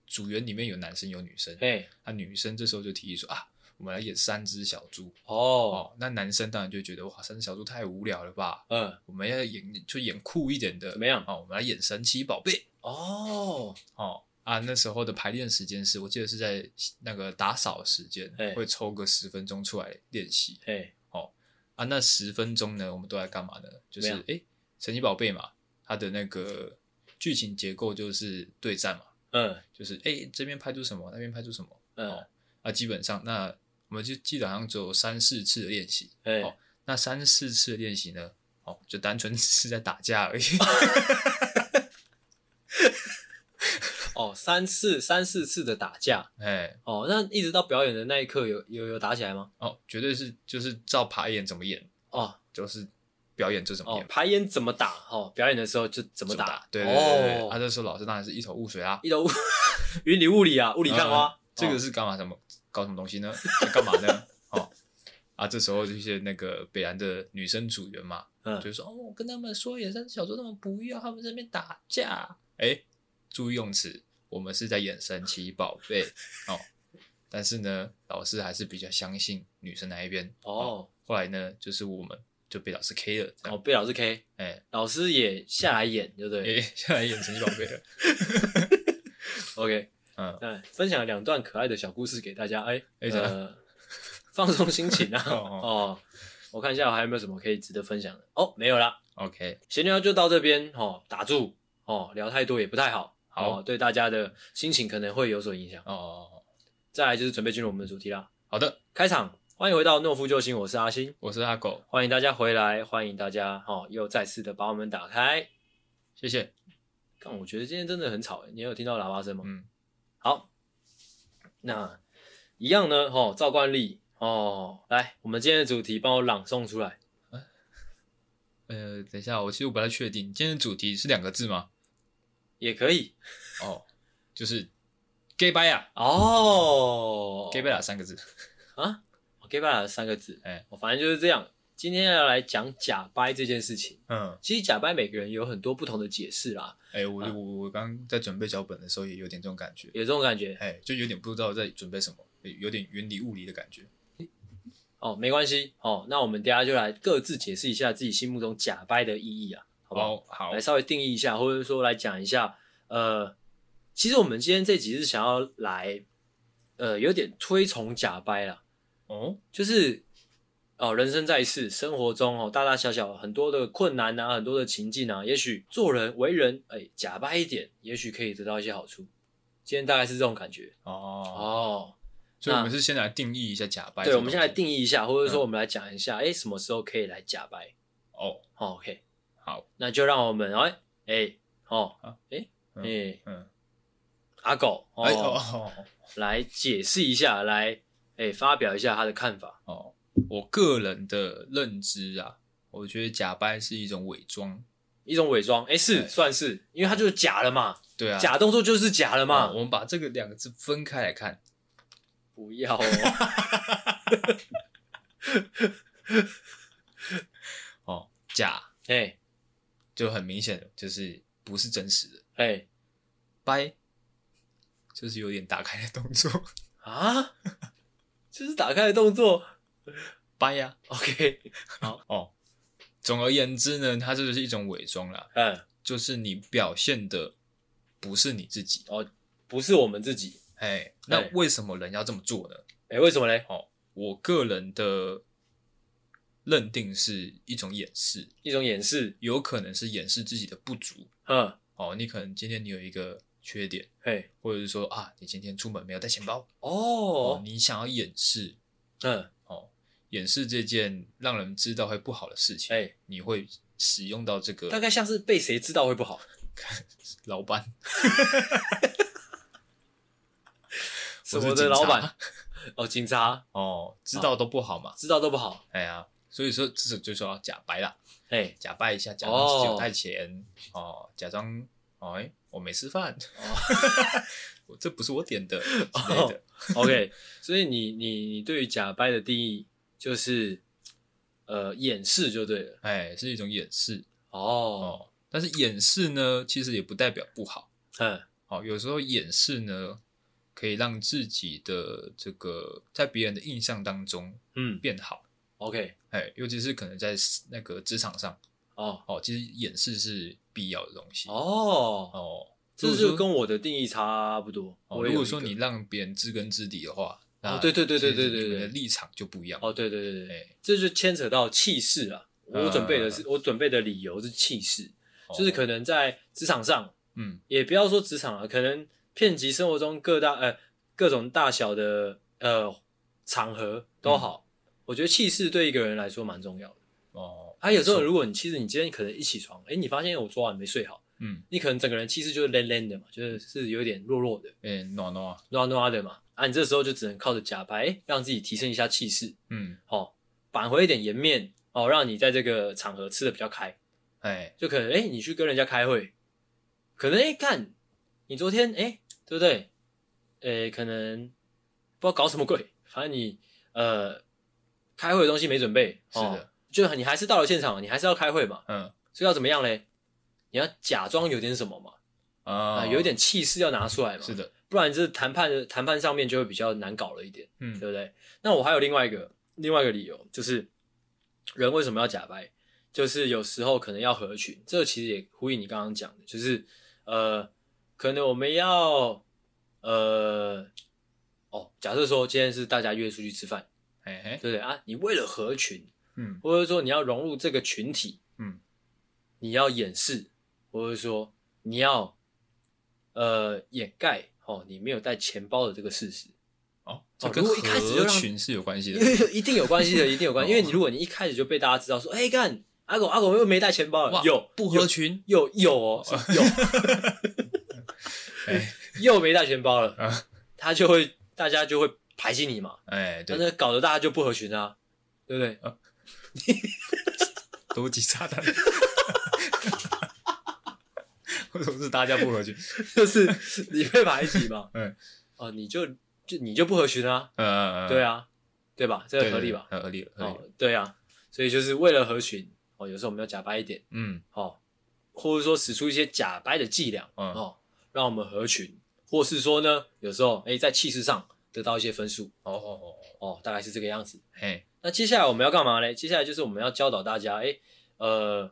B: 组员里面有男生有女生，
A: 嘿，
B: 那女生这时候就提议说啊，我们来演三只小猪。
A: 哦，
B: 哦，那男生当然就觉得哇，三只小猪太无聊了吧，
A: 嗯，
B: 我们要演就演酷一点的，
A: 怎么样
B: 哦，我们来演神奇宝贝。
A: 哦，
B: 哦啊，那时候的排练时间是我记得是在那个打扫时间
A: 哎，
B: 会抽个十分钟出来练习
A: 嘿，
B: 啊。那十分钟呢，我们都在干嘛呢？就是
A: 怎么样
B: 诶，神奇宝贝嘛，它的那个剧情结构就是对战嘛，
A: 嗯
B: 就是诶，这边派出什么，那边派出什么
A: 嗯，
B: 啊。基本上那我们就基本上只有三四次的练习，
A: 哎、
B: 哦那三四次的练习呢，哦，就单纯 是在打架而已。
A: 哦，三次三四次的打架，
B: 哎，
A: 哦，那一直到表演的那一刻有有有打起来吗？
B: 哦，绝对是就是照排演怎么演，
A: 哦
B: 就是表演就怎么
A: 哦
B: 演，。
A: 排演怎么打？哦，表演的时候就怎么打？
B: 对对对对，
A: 哦
B: 啊，这时候老师当然是一头雾水啊。
A: 一头雾云里雾里啊，雾里看花。
B: 呃这个
A: 哦
B: 是干嘛什么搞什么东西呢？ 在干嘛呢？哦，啊，这时候这些那个北兰的女生组员嘛，
A: 嗯，
B: 就说哦，我跟他们说演三小说，他们不要，他们在那边打架。哎，注意用词，我们是在演神奇宝 贝哦。但是呢，老师还是比较相信女生那一边
A: 哦。
B: 后来呢，就是我们就被老师 K 了，这
A: 哦，
B: 样，
A: 被老师 K，
B: 哎、
A: 老师也下来演，对不对
B: 也下来演神奇宝贝了，
A: ？OK，
B: 嗯，
A: 那分享了两段可爱的小故事给大家，哎、
B: 哎啥
A: 呃，放松心情啊。
B: 哦哦
A: 哦，我看一下我还有没有什么可以值得分享的。哦，没有啦。
B: ，OK，
A: 闲聊就到这边哦，打住哦，聊太多也不太好，
B: 好
A: 哦，对大家的心情可能会有所影响。
B: 哦，
A: 再来就是准备进入我们的主题啦。
B: 好的，
A: 开场，欢迎回到懦夫救星，我是阿星，
B: 我是阿狗，
A: 欢迎大家回来，欢迎大家哦，又再次的把我们打开。
B: 谢谢，
A: 但我觉得今天真的很吵，欸你有听到喇叭声吗？
B: 嗯，
A: 好，那一样呢，哦，照惯例哦，来，我们今天的主题帮我朗诵出来。
B: 呃，等一下，我其实我不太确定今天的主题是两个字吗？
A: 也可以
B: 哦，就是 gay bye 啊
A: 哦
B: ，gay bye 啊三个字，
A: 啊，我 gay 了三个字，
B: 哎
A: 我反正就是这样。今天要来讲假掰这件事情。
B: 嗯，
A: 其实假掰每个人有很多不同的解释啦，
B: 哎、我
A: 啊
B: 我我刚在准备脚本的时候也有点这种感觉，
A: 有这种感觉
B: 哎、就有点不知道在准备什么，哎有点云里雾里的感觉，
A: 哦。没关系哦，那我们等一下就来各自解释一下自己心目中假掰的意义啊，好不好？
B: 哦好
A: 来，稍微定义一下，或者说来讲一下。呃，其实我们今天这集是想要来，呃，有点推崇假掰啦，
B: 哦，
A: 就是哦，人生在世，生活中哦，大大小小很多的困难啊，很多的情境啊，也许做人为人，哎，假掰一点，也许可以得到一些好处。今天大概是这种感觉
B: 哦，
A: 哦。
B: 所以我们
A: 那
B: 是先来定义一下假掰这
A: 对，
B: 个东西。
A: 我们先来定义一下，或者说
B: 嗯
A: 我们来讲一下，哎、什么时候可以来假掰、
B: 哦，
A: 哦、？OK，
B: 好，
A: 那就让我们哎哎哦
B: 好
A: 哎
B: 嗯
A: 哎
B: 嗯，
A: 阿狗哦,、
B: 哎哦哦
A: 来解释一下，来哎发表一下他的看法。
B: 哦，我个人的认知啊，我觉得假掰是一种伪装，
A: 一种伪装，哎，是
B: 哎
A: 算是，因为他就是假的嘛，
B: 对啊，
A: 假动作就是假的嘛。
B: 哦我们把这个两个字分开来看，
A: 不要哦，
B: 哦，假
A: 哎
B: 就很明显的就是不是真实的，
A: 哎
B: 掰就是有点打开的动作，
A: 啊，这是打开的动作。
B: 掰呀、
A: OK，
B: 哦，总而言之呢，它这就是一种伪装啦，
A: 嗯，
B: 就是你表现的不是你自己，
A: 不是我们自己。
B: 哎，那
A: 哎
B: 为什么人要这么做呢？
A: 哎，为什么嘞？
B: 哦，我个人的认定是一种掩饰，
A: 一种掩饰。
B: 有可能是掩饰自己的不足。
A: 嗯，
B: 哦，你可能今天你有一个缺点，
A: 嘿，
B: 或者是说啊，你今天出门没有带钱包，哦
A: 哦，，
B: 你想要掩饰，
A: 嗯，
B: 哦，掩饰这件让人知道会不好的事情，
A: 哎，
B: 你会使用到这
A: 大
B: 个
A: 概像是被谁知道会不好，
B: 老板
A: 什么的老
B: 警
A: 板哦，警察
B: 哦，知道都不好嘛，
A: 知道都不好。
B: 哎呀，所以说这是就说要假白啦，
A: 哎，
B: 假扮一下，假
A: 哦
B: 装自己有带钱哦，假装哦，哎、我没吃饭，
A: 哦
B: 我这不是我点的之类的，
A: OK，所 以你你你对于假掰的定义就是呃掩饰就对了
B: 哎、是一种掩饰
A: 哦，
B: 哦。但是掩饰呢，其实也不代表不好
A: 嗯
B: 哦。有时候掩饰呢，可以让自己的这个在别人的印象当中
A: 嗯
B: 变好，
A: ，OK，
B: 哎、尤其是可能在那个职场上
A: 哦
B: 哦，其实掩饰是必要的东西
A: 哦，
B: 哦。
A: 这
B: 如果
A: 就
B: 说
A: 跟我的定义差不多。
B: 哦，
A: 我也
B: 如
A: 有
B: 果
A: 一
B: 说
A: 个哦
B: 你让别人知根知底的话，那
A: 对对对对
B: 其
A: 对
B: 实
A: 对
B: 你
A: 对
B: 们的立场就不一样。
A: 哦，对对对对，
B: 哎，
A: 这就牵扯到气势啊。我准备的是，我准备的理由是气势，就是可
B: 哦
A: 能在职场上，
B: 嗯
A: 也不要说职场啊，可能遍及生活中各大呃各种大小的呃场合
B: 嗯
A: 都好。我觉得气势对一个人来说蛮重要的。
B: 哦，
A: 啊，有时候
B: 没错
A: 如果你其实你今天可能一起床，哎，你发现我昨晚没睡好，
B: 嗯
A: 你可能整个人气势就是蔫蔫的嘛，就是是有点弱弱的。
B: 哎暖暖
A: 暖暖的嘛，啊，你这时候就只能靠着假白，诶让自己提升一下气势，
B: 嗯
A: 哦，挽回一点颜面，哦，让你在这个场合吃的比较开，
B: 哎
A: 就可能诶，你去跟人家开会，可能诶，看你昨天诶，对不对？诶，可能不知道搞什么鬼，反正你呃开会的东西没准备，哦、
B: 是的，
A: 就你还是到了现场，你还是要开会嘛，
B: 嗯
A: 所以要怎么样嘞？你要假装有点什么嘛，啊、
B: 啊
A: 有一点气势要拿出来嘛，
B: 是的，
A: 不然这谈判的谈判上面就会比较难搞了一点，
B: 嗯
A: 对不对？那我还有另外一个另外一个理由，就是人为什么要假掰？就是有时候可能要合群，这其实也呼应你刚刚讲的，就是呃，可能我们要呃，哦，假设说今天是大家约出去吃饭，
B: 嘿嘿，
A: 对不对啊？你为了合群，
B: 哎嗯
A: 或者说你要融入这个群体，
B: 嗯，
A: 你要掩饰，或者说你要呃掩盖哦，你没有带钱包的这个事实，
B: 哦，这
A: 哦
B: 跟
A: 如果一开始就
B: 合
A: 让
B: 群是有关系
A: 因
B: 的。
A: 为一 定有关系的，一定有关系。
B: 哦
A: 因为你如果你一开始就被大家知道说，哎、干阿狗阿狗又没带钱包了，有
B: 不合群？
A: 有有 哦，是有
B: 哎
A: 又没带钱包了，
B: 啊
A: 他就会大家就会排挤你嘛，
B: 哎，
A: 但
B: 对，
A: 是搞得大家就不合群啊，对 不对？
B: 逻辑炸弹。 为什么是大家不合群？
A: 就是你被排挤嘛，
B: 嗯，
A: 哦、你就就你就不合群啊，
B: 呃，
A: 对
B: 啊，
A: 啊，对吧？这
B: 对
A: 个合理吧？？
B: 对对合理，合理。
A: 哦，对啊，所以就是为了合群，哦，有时候我们要假掰一点，
B: 嗯，
A: 哦，或者说使出一些假掰的伎俩，
B: 嗯
A: 哦，让我们合群，或是说呢，有时候哎、在气势上得到一些分数，
B: 哦哦哦，
A: 哦，大概是这个样子。
B: 嘿，
A: 那接下来我们要干嘛嘞？接下来就是我们要教导大家，哎、呃，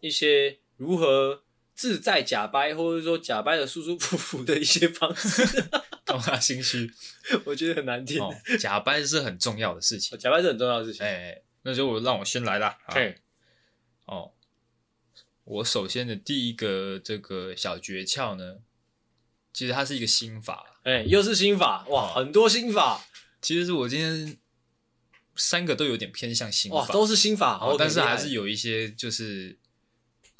A: 一些如何自在假掰，或者说假掰的舒舒服服的一些方 式，
B: 干嘛心 虚？
A: 我觉得很难听。
B: 哦，假扮是很重要的事 情。
A: 假掰是很重要的事情。
B: 哎，那就我让我先来啦。啊
A: 哎、
B: 哦，我首先的第一个这个小诀窍呢，其实它是一个心法。
A: 哎、又是心法哇，
B: 哦
A: 很多心法
B: 其实是我今天三个都有点偏向心
A: 哇
B: 法，，
A: 都是心法，
B: 哦，
A: OK，
B: 但是
A: 厉害
B: 还是有一些就是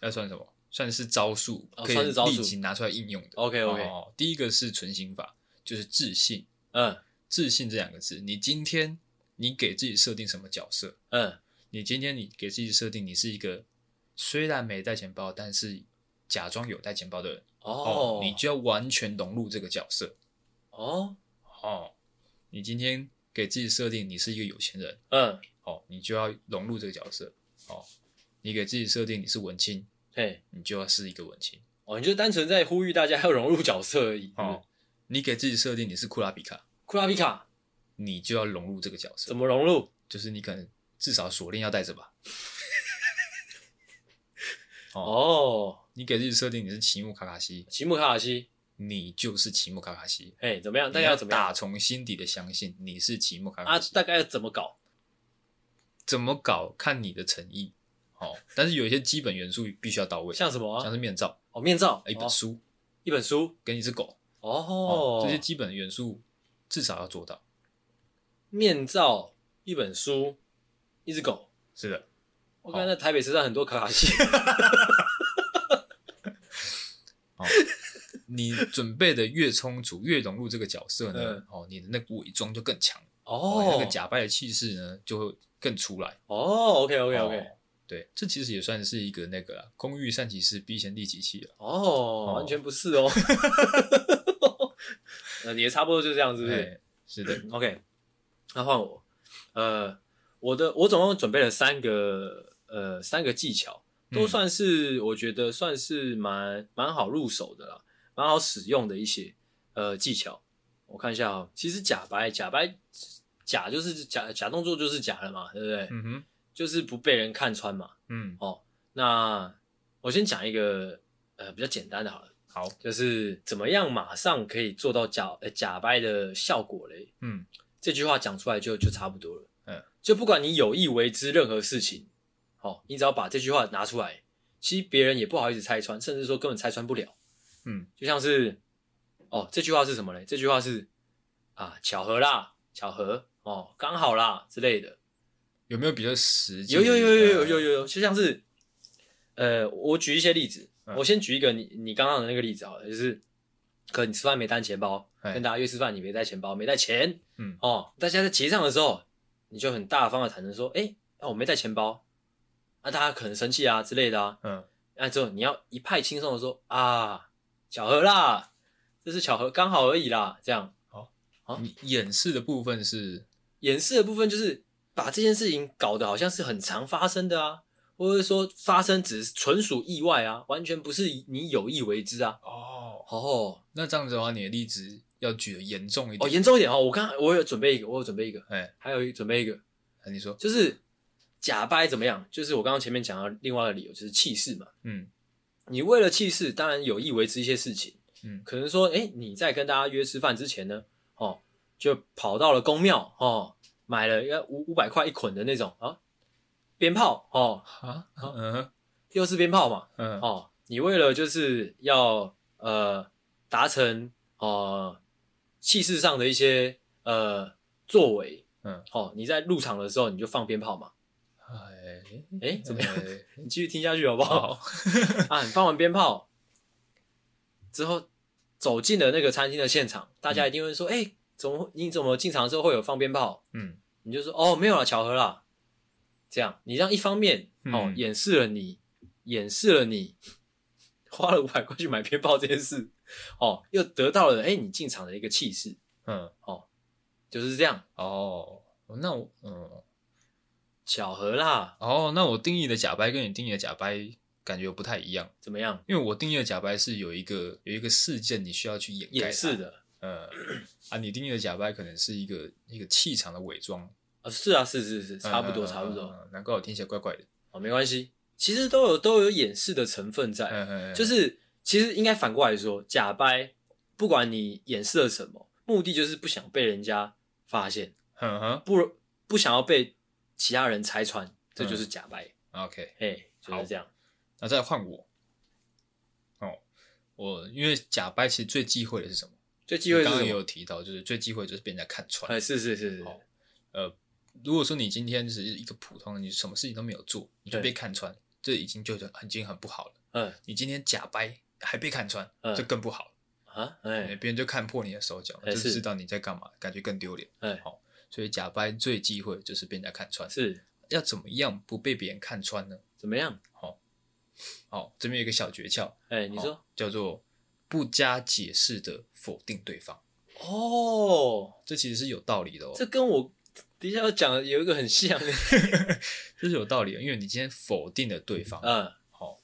B: 要算什么，算是招数，
A: 哦
B: 可以
A: 算是招数
B: 立即拿出来应用的。
A: OK OK，、
B: 哦，第一个是存心法，就是自信。
A: 嗯
B: 自信这两个字，你今天你给自己设定什么角色？
A: 嗯
B: 你今天你给自己设定你是一个虽然没带钱包，但是假装有带钱包的人
A: 哦，
B: 你就要完全融入这个角色
A: 哦
B: 哦。你今天给自己设定你是一个有钱人
A: 嗯
B: 哦，你就要融入这个角色哦。你给自己设定你是文青，
A: 嘿
B: 你就要是一个文青
A: 哦，你就单纯在呼吁大家要融入角色而已。
B: 哦。你给自己设定你是库拉比卡，
A: 库拉皮卡
B: 你就要融入这个角色
A: 怎，么融入？
B: 就是你可能至少锁链要带着吧。哦，
A: 哦，
B: 你给自己设定你是奇木卡卡西，
A: 奇木卡卡西，
B: 你就是奇木卡卡西。
A: 哎，怎么样？大
B: 你
A: 家
B: 要
A: 要怎么样
B: 打从心底的相信你是奇木卡
A: 啊
B: 卡西？？
A: 大概要怎么搞？
B: 怎么搞看你的诚意。哦，但是有一些基本元素必须要到位，
A: 像什么
B: 像
A: 啊？
B: 是面罩、
A: 哦，面罩，
B: 一本
A: 哦
B: 书、
A: 一本书，
B: 跟一只狗
A: 哦，
B: 这些基本的元素至少要做到。
A: 面罩，一本书，一只狗。
B: 是的，
A: 我看在台北车站很多卡卡西，
B: 哦，你准备的越充足，越融入这个角色呢，
A: 嗯
B: 哦，你的那股伪装就更强，你
A: 哦
B: 那个假扮的气势呢就会更出来。
A: 哦，OK OK OK，
B: 哦对，这其实也算是一个那个啦，工欲善其事，必先利其器了。
A: 哦，完全不是哦，
B: 哦
A: 呃，也差不多就这样，是不是？
B: 哎是的，
A: OK，那换我。呃，我的我总共准备了三个呃三个技巧， 都
B: 嗯
A: 算是、我觉得算是蛮蛮好入手的啦，蛮好使用的一些呃技巧。我看一下啊、其实假白假白假就是假假动作就是假了嘛，对不对？
B: 嗯哼，
A: 就是不被人看穿嘛。
B: 嗯，
A: 哦，那我先讲一个呃比较简单的好了，
B: 好，
A: 就是怎么样马上可以做到假呃假白的效果嘞？
B: 嗯，
A: 这句话讲出来就就差不多了。
B: 嗯，
A: 就不管你有意为之任何事情，好、你只要把这句话拿出来，其实别人也不好意思拆穿，甚至说根本拆穿不了。
B: 嗯，
A: 就像是，哦，这句话是什么嘞？这句话是啊，巧合啦，巧合哦，刚好啦之类的。
B: 有没有比较实际
A: 有
B: 的？
A: 有有有有有有有，就像是，呃，我举一些例子，
B: 嗯
A: 我先举一个你你刚刚的那个例子好了，就是，可能你吃饭没带钱包，
B: 哎
A: 跟大家约吃饭你没带钱包，没带钱，
B: 嗯
A: 哦，大家在结账的时候，你就很大方的坦诚说，哎、啊我没带钱包，啊大家可能生气啊之类的啊，
B: 嗯，
A: 那、之后你要一派轻松的说啊，巧合啦，这是巧合，刚好而已啦，这样
B: 你演示的部分是
A: 掩饰的部分就是把这件事情搞得好像是很常发生的啊，或者说发生只是纯属意外啊，完全不是你有意为之啊。
B: 哦，
A: 哦
B: 那这样子的话，你的例子要举的严重一
A: 哦，
B: 点。
A: 严重一点哦，我刚我有准备一个，我有准备一个，
B: 哎，
A: 还有一准备一个，
B: 你说
A: 就是假掰怎么样？就是我刚刚前面讲到另外一个理由，就是气势嘛。
B: 嗯
A: 你为了气势，当然有意为之一些事情，
B: 嗯
A: 可能说，哎、你在跟大家约吃饭之前呢，哦，就跑到了宫庙，哦，买了要五五百块一捆的那种啊，鞭炮，哦，
B: 啊嗯
A: 又是鞭炮嘛，
B: 嗯
A: 哦，你为了就是要呃达成呃气势上的一些呃作为，
B: 嗯，
A: 哦，你在入场的时候你就放鞭炮嘛，
B: 哎
A: 哎怎么样
B: 哎
A: 你继续听下去好不好？
B: 好，
A: 啊，你放完鞭炮之后走进了那个餐厅的现场，大
B: 嗯
A: 家一定会说，哎、怎么会你怎么进场的时候会有放鞭炮？
B: 嗯
A: 你就说哦，没有啦，巧合啦。这样，你这样一方面哦、
B: 嗯
A: 掩饰了你，掩饰了你花了五百块去买鞭炮这件事，哦，又得到了哎、你进场的一个气势，
B: 嗯
A: 就是这样，
B: 哦，那我嗯
A: 巧合啦，
B: 哦，那我定义的假掰跟你定义的假掰感觉不太一样，
A: 怎么样？
B: 因为我定义的假掰是有一个有一个事件你需要去掩盖
A: 掩饰
B: 它，
A: 的
B: 嗯啊，你定义的假掰可能是一个一个气场的伪装，
A: 啊，是啊，是是是，差不多
B: 嗯
A: 差不，
B: 嗯
A: 多，
B: 嗯嗯难怪我听起来怪怪的，
A: 哦，没关系，其实都有都有掩饰的成分在，
B: 嗯嗯，嗯
A: 哎就是其实应该反过来说，假掰，不管你掩饰了什么，目的就是不想被人家发现，
B: 嗯哼
A: 不不想要被其他人拆穿，这
B: 嗯
A: 就是假掰，
B: ，OK，
A: 哎、就是这样。
B: 那再换我，哦，我因为假掰其实最忌讳的是什么？
A: 最忌讳
B: 刚
A: 是
B: 刚也
A: 什么？
B: 有提到，就是最忌讳就是被人家看穿。
A: 哎，是是是是，
B: 好呃，如果说你今天只是一个普通人，你什么事情都没有做，你就
A: 对
B: 被看穿，这已经就很已经很不好了。
A: 嗯
B: 你今天假掰还被看穿，
A: 嗯
B: 这更不好了。
A: 啊，
B: 哎
A: 哎
B: 别人就看破你的手脚，
A: 哎
B: 就是知道你在干嘛，感觉更丢脸。
A: 哎
B: 所以假掰最忌讳就是被人家看穿。
A: 是
B: 要怎么样不被别人看穿呢？
A: 怎么样？
B: 哦，这边有一个小诀窍，
A: 哎，你
B: 哦
A: 说
B: 叫做不加解释的否定对方，
A: 哦，
B: 这其实是有道理的哦。
A: 这跟我底下要讲的有一个很像，
B: 这是有道理的，因为你今天否定了对方，
A: 嗯，
B: 好，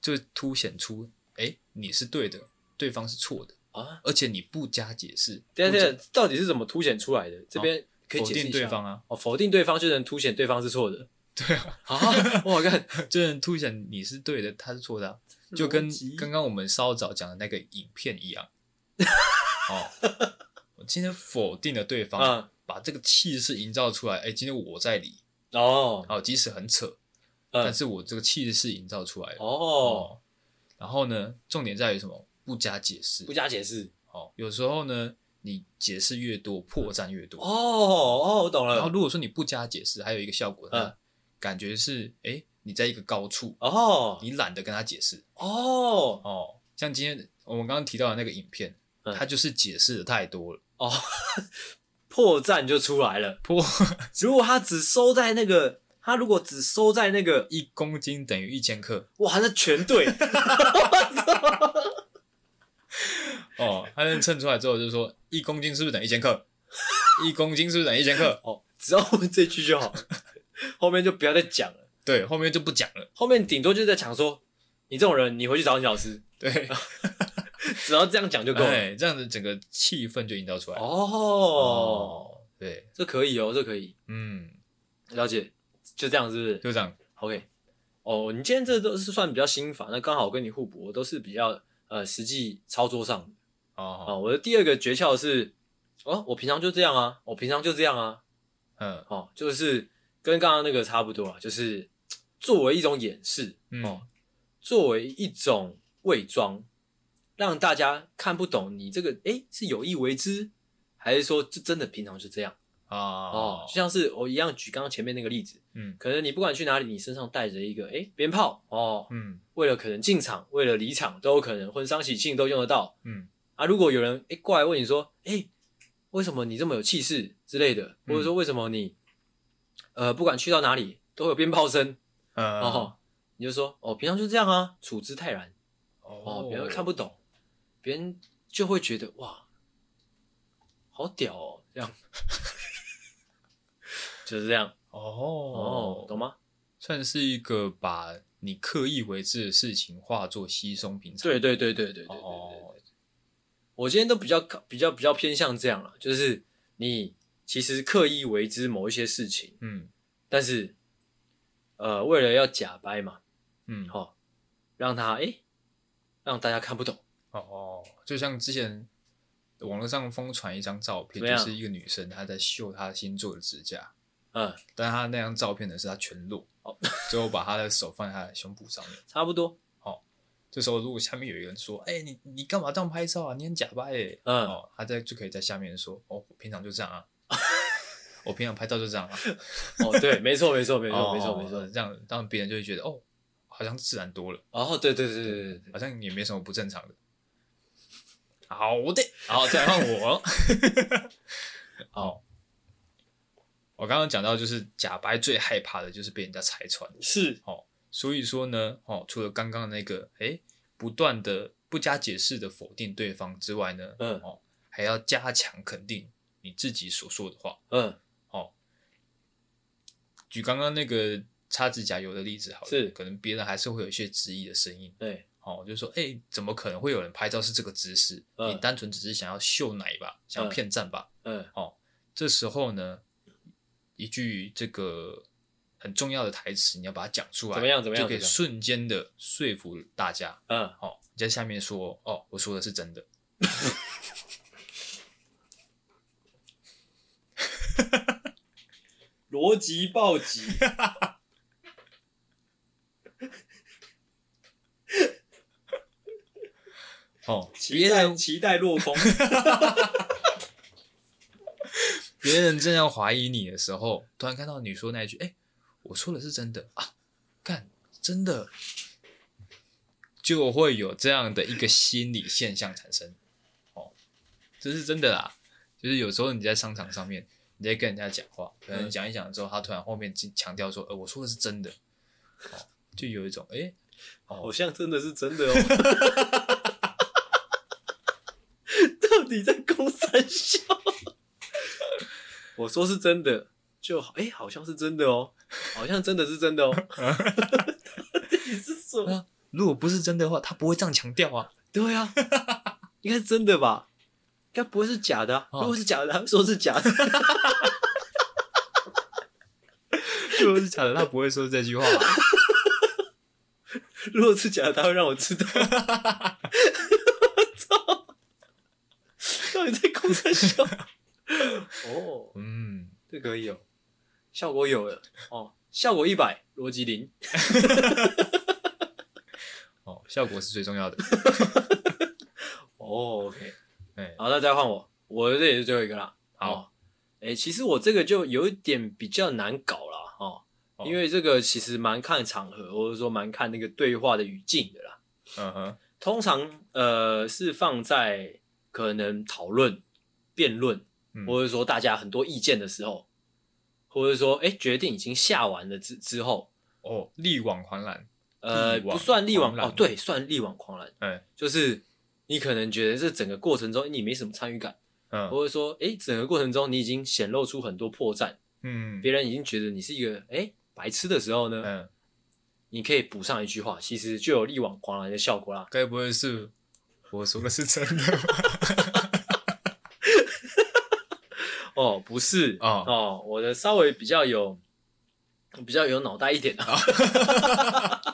B: 就凸显出，哎、你是对的，对方是错的，
A: 啊，
B: 而且你不加解释，
A: 等一下
B: 不
A: 等一下，到底是怎么凸显出来的？这边啊可以
B: 加否
A: 解释
B: 定
A: 一下
B: 对
A: 吗
B: 方啊，
A: 哦，否定对方就能凸显对方是错的
B: 对啊，
A: 啊！我 看
B: 就能凸显你是对的，他是错的啊、就跟
A: 逻辑
B: 刚刚我们稍早讲的那个影片 一样，哦，我今天否定了对方，
A: 啊
B: 把这个气势营造出来，哎、今天我在理，
A: 哦，
B: 哦，即使很扯，
A: 嗯
B: 但是我这个气势营造出来了，
A: 哦，
B: 哦，然后呢，重点在于什么？不加解释，
A: 不加解释
B: 哦，有时候呢，你解释越多，破绽越
A: 哦
B: 多。
A: 哦，我懂
B: 然后
A: 了
B: 如果说你不加解释，还有一个效果，
A: 嗯
B: 嗯，感觉是哎、诶你在一个高处，
A: 哦
B: 你懒得跟他解释。
A: 哦
B: 哦，像今天我们刚刚提到的那个影片，
A: 嗯
B: 他就是解释的太多了，
A: 哦，破绽就出来了。
B: 破
A: 如果他只收在那个，他如果只收在那个，
B: 一公斤等于一千克，
A: 哇，那全 对
B: 哦，他就称出来之后就说一公斤是不是等于一千克？一公斤是不是等于一千克？
A: 哦，只要问这句就好， 后面就不要再讲了。
B: 对，后面就不讲了。
A: 后面顶多就在讲说，你这种人，你回去找你老师，
B: 对，
A: 只要这样 讲就够了。
B: 哎，这样子整个气氛就营造出来了。
A: 哦，，
B: 对，
A: 这可以哦，这可以
B: 嗯，
A: 了解，就这样是不是
B: 就这样。
A: ？OK，哦，你今天这都是算比较心法，那刚好跟你互补，我都是比较呃实际操作上的。
B: 哦，
A: 啊，我的第二个诀窍是，哦，我平常就这样啊，我平常就这样啊，
B: 嗯
A: 哦，就是跟刚刚那个差不多啊，就是嘖作为一种掩饰，
B: 嗯
A: 哦，作为一种伪装，让大家看不懂你这个，诶，是有意为之，还是说这真的平常就这样？
B: 啊
A: 哦
B: 哦，
A: 就像是我一样举刚刚前面那个例子，
B: 嗯
A: 可能你不管去哪里，你身上带着一个，诶，鞭炮，哦，
B: 嗯
A: 为了可能进场，为了离场都有可能，婚丧喜庆都用得到，
B: 嗯
A: 啊，如果有人诶过来问你说，诶，为什么你这么有气势之类的，或者说为什么你，呃，不管去到哪里都会有鞭炮声，
B: 嗯
A: 哦，你就说哦，平常就这样啊，处之泰然，哦，
B: 哦
A: 别人看不懂，别人就会觉得哇，好屌哦，这样，就是这样，哦，
B: 哦，
A: 懂吗？
B: 算是一个把你刻意为之的事情化作稀松平常。
A: 对对对对对对对对对
B: 哦，
A: 我今天都比较靠比较比较偏向这样了，就是你其实刻意为之某一些事情。
B: 嗯
A: 但是呃，为了要假掰嘛，
B: 嗯，
A: 哦，让他诶、让大家看不懂，
B: 哦，就像之前网络上疯传一张照片，
A: 怎么样
B: 就是一个女生她在秀她新做的指甲，
A: 嗯，
B: 但她那张照片呢是她全裸，
A: 哦，
B: 最后把她的手放在她的胸部上面。
A: 差不多，
B: 这时候如果下面有一个人说：“哎、你你干嘛这样拍照啊？你很假掰耶、
A: 嗯
B: 哦，她在就可以在下面说：“哦，我平常就 这样啊，我平常拍照就这样啊，
A: 哦，对，没错，没错，没错，没
B: 哦
A: 错，没错，
B: 这样让别人就会觉得哦，好像自然多了，
A: 哦，对对对对对对，
B: 好像也没什么不正常的。”好的，好，再来换我。
A: 哦，
B: 我刚刚讲到，就是假掰最害怕的就是被人家拆穿，
A: 是，
B: 所以说呢，哦，除了刚刚那个，哎，不断的不加解释的否定对方之外呢，
A: 嗯
B: 哦，还要加强肯定你自己所说的话。哦
A: 嗯，
B: 举刚刚那个擦指甲油的例子好了，
A: 是
B: 可能别人还是会有一些质疑的声音，
A: 对，
B: 哦，就说，哎，怎么可能会有人拍照是这个姿势？
A: 嗯
B: 你单纯只是想要秀奶吧，想要骗赞吧？
A: 嗯，
B: 这时候呢，一句这个很重要的台词，你要把它讲出来，
A: 怎么样怎么样
B: 就可以
A: 怎么样
B: 瞬间的说服大家。
A: 嗯，
B: 哦，你在下面说，哦，我说的是真的。
A: 逻辑暴击，
B: 哦，
A: 期
B: 别
A: 待
B: 人
A: 期待落空，
B: 别人正要怀疑你的时候，突然看到你说那一句，哎，我说的是真的啊，看，真的，就会有这样的一个心理现象产生。哦，这是真的啦，就是有时候你在商场上面，你在跟人家讲话，可能
A: 嗯
B: 讲一讲之后，他突然后面强调说，呃，我说的是真的，哦，就有一种，哎，
A: 好像真的是真的哦。 到底在攻三笑？我说是真的，就哎、诶好像是真的哦，好像真的是真的哦。到底是什么？
B: 如果不是真的话，他不会这样强调啊。
A: 对啊，应该是真的吧？应该不会是假的、啊。
B: 哦
A: 如果是假的，他会说是假的。
B: 如果是假的，他不会说这句话、啊。
A: 如果是假的，他会让我知 道。我操！到底在攻三笑？哦。
B: 嗯，
A: 这可以哦，效果有了哦，效果一百，逻辑零，
B: 哦，效果是最重要的。
A: 哦，OK，
B: 哎，
A: 好，那再换我，我这也是最后一个啦。哦，哎、其实我这个就有一点比较难搞啦，哦，
B: 哦
A: 因为这个其实蛮看场合，或者说蛮看那个对话的语境的啦。
B: 嗯哼。
A: 通常呃是放在可能讨论、辩论，
B: 嗯
A: 或者说大家很多意见的时候，或者说哎、诶决定已经下完了之之后，
B: 哦，力挽狂澜，
A: 呃
B: 力挽
A: 不算力挽
B: 狂澜
A: 哦，对，算力挽狂澜。
B: 哎，
A: 就是你可能觉得这整个过程中你没什么参与感，
B: 嗯
A: 或者说，诶，整个过程中你已经显露出很多破绽，
B: 嗯
A: 别人已经觉得你是一个诶白痴的时候呢，
B: 嗯，
A: 你可以补上一句话，其实就有力挽狂澜的效果啦。
B: 该不会是我说的是真 的吧？
A: 哦，不是
B: 哦
A: 哦，我的稍微比较有比较有脑袋一点啊。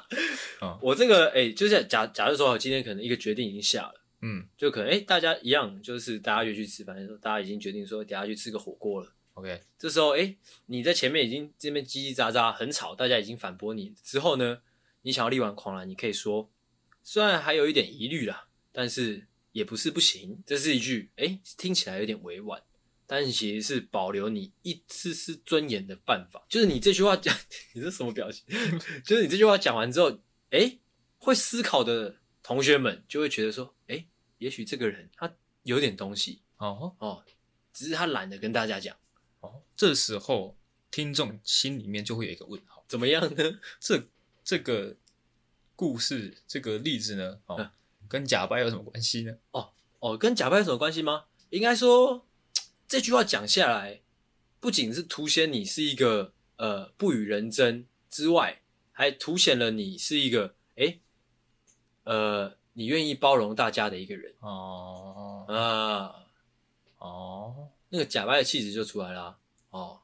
B: 哦
A: 我这个诶，就是假假如说我今天可能一个决定已经下了，
B: 嗯
A: 就可能诶大家一样，就是大家约去吃饭的时候，大家已经决定说等下去吃个火锅了。
B: ，OK，
A: 这时候，哎、你在前面已经这边叽叽喳喳很吵，大家已经反驳你之后呢，你想要力挽狂澜，你可以说，虽然还有一点疑虑啦，但是也不是不行。这是一句，哎、听起来有点委婉，但其实是保留你一丝丝尊严的办法。就是你这句话讲， 你这什么表情？ 就是你这句话讲完之后，哎、会思考的同学们就会觉得说，哎、也许这个人他有点东西
B: 哦
A: 哦，只是他懒得跟大家讲，
B: 哦，这时候听众心里面就会有一个问号，
A: 怎么样呢？
B: 这这个故事这个例子呢，哦
A: 嗯，
B: 跟假掰有什么关系呢？
A: 哦，跟假掰有什么关系吗？应该说这句话讲下来，不仅是凸显你是一个呃不与人争之外，还凸显了你是一个诶呃你愿意包容大家的一个人
B: 哦
A: 啊、
B: 哦，
A: 那个假掰 的气质就出来啦。哦，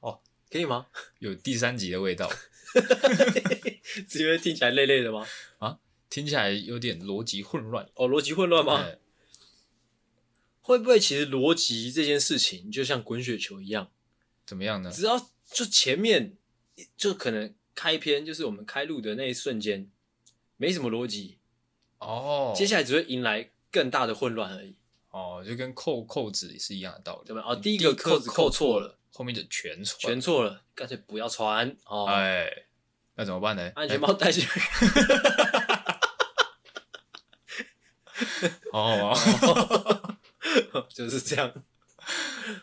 A: 哦可以吗？
B: 有第三集的味道，
A: 是因为听起来累累的吗？
B: 听起来有点逻辑混乱。
A: 哦，逻辑混乱吗？
B: 哎
A: 会不会其实逻辑这件事情就像滚雪球一样，
B: 怎么样呢？
A: 只要就前面就可能开篇就是我们开录的那一瞬间没什么逻辑，
B: 哦，
A: 接下来只会迎来更大的混乱而已，
B: 哦，就跟扣扣子是一样的道理。
A: 对吧？哦，
B: 你
A: 第一个扣子扣错了，，
B: 后面就全错。
A: 全错了，干脆不要穿哦，
B: 哎，那怎么办呢？
A: 安全帽戴起来。
B: 哎哦
A: 就是这样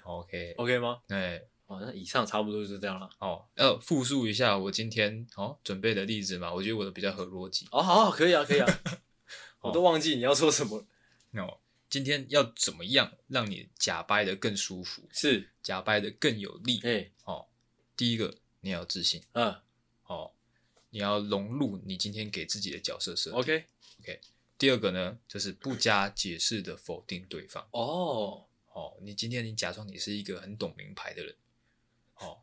B: 哦，OK，
A: ，OK 吗？
B: 哎，
A: 哦，那以上差不多就是这样了。
B: 哦，要复述一下我今天哦准备的例子嘛，我觉得我的比较合逻辑。
A: 哦，好好，可以啊，可 以啊，我都忘记你要说什么了。
B: 那、哦、今天要怎么样让你假掰的更舒服，
A: 是，
B: 假掰的更有力？
A: 哎、
B: 哦，第一个你要有自信
A: 嗯
B: 哦，你要融入你今天给自己的角色设定。
A: ，OK，
B: 第二个呢，就是不加解释的否定对方。
A: 哦，
B: 哦，你今天你假装你是一个很懂名牌的人，哦，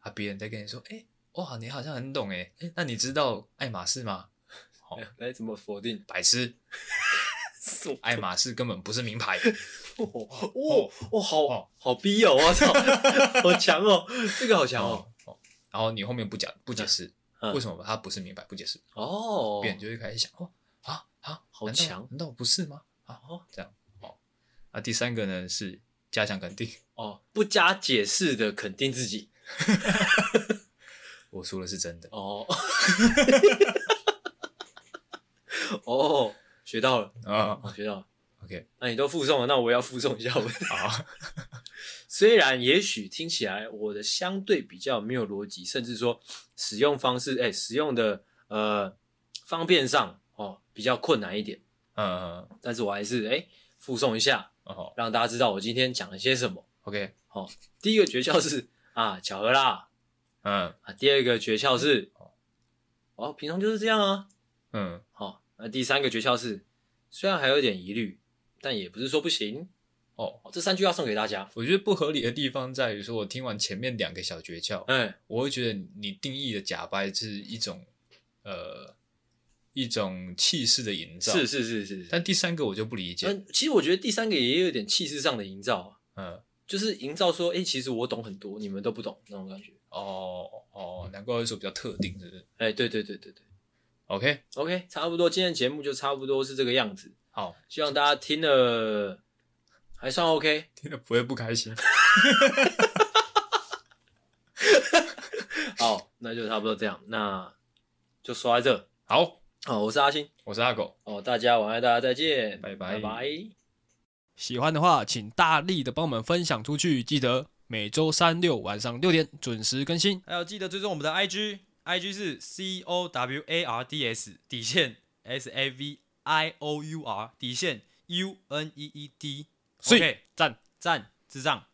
B: 啊，别人在跟你说，哎、哇，你好像很懂哎、哎、那你知道爱马仕吗？哦
A: 哎，来怎么否 定？
B: 白痴，
A: 哦
B: 爱马仕根本不是 名牌。
A: 哦哦，
B: 哦
A: 好好逼哦，我 操，好强哦，这个好强哦，
B: 哦哦，然后你后面不讲不解释，
A: 嗯
B: 为什么它不是名牌不解释，
A: 哦，
B: 别人就会开始想哦啊啊，
A: 好
B: 难道
A: 强
B: 难道不是吗？啊
A: 哦
B: 这样哦，那第三个呢是加强肯定，
A: 哦，不加解释的肯定自己，
B: 我说的是真的
A: 哦，哦，学到了，
B: 啊
A: 我学到了。
B: ，OK
A: 那你都附送了，那我也要附送一下我的
B: 啊，
A: 虽然也许听起来我的相对比较没有逻辑，甚至说使用方式，哎、使用的呃方便上哦比较困难一点，
B: 嗯
A: 但是我还是哎、附送一下，
B: 哦
A: 让大家知道我今天讲了些什么。
B: OK
A: 第一个诀窍是啊巧合啦，
B: 嗯
A: 啊第二个诀窍是哦平常就是这样啊，
B: 嗯
A: 哦那第三个诀窍是虽然还有点疑虑，但也不是说不行。
B: 哦，
A: 哦，这三句要送给大家，
B: 我觉得不合理的地方在于说，我听完前面两个小诀窍，
A: 哎、
B: 我会觉得你定义的假掰是一种呃一种气势的营造，
A: 是是是是是。
B: 但第三个我就不理解，
A: 嗯，其实我觉得第三个也有点气势上的营造、啊，
B: 嗯，
A: 就是营造说，哎、其实我懂很多，你们都不懂那种感觉。
B: 哦哦，难怪会说比较特定，是不是
A: 哎、对对对对对
B: ？OK，
A: ，OK，差不多，今天节目就差不多是这个样子，
B: 好，
A: 希望大家听了还算 OK。
B: 听了不会不开心。
A: 好，哦那就差不多这样，那就说到这。
B: 好，
A: 好，我是阿星，
B: 我是阿狗，
A: 哦，大家晚安，大家再见，
B: 拜拜
A: 拜拜。
C: 喜欢的话，请大力的帮我们分享出去，记得每周三六晚上六点准时更新。
D: 还有记得追踪我们的 IG，IG 是 C O W A R D S 底线 S A V I O U R 底线 U N E E D，
C: 所以
D: OK，
C: 赞
D: 赞智障。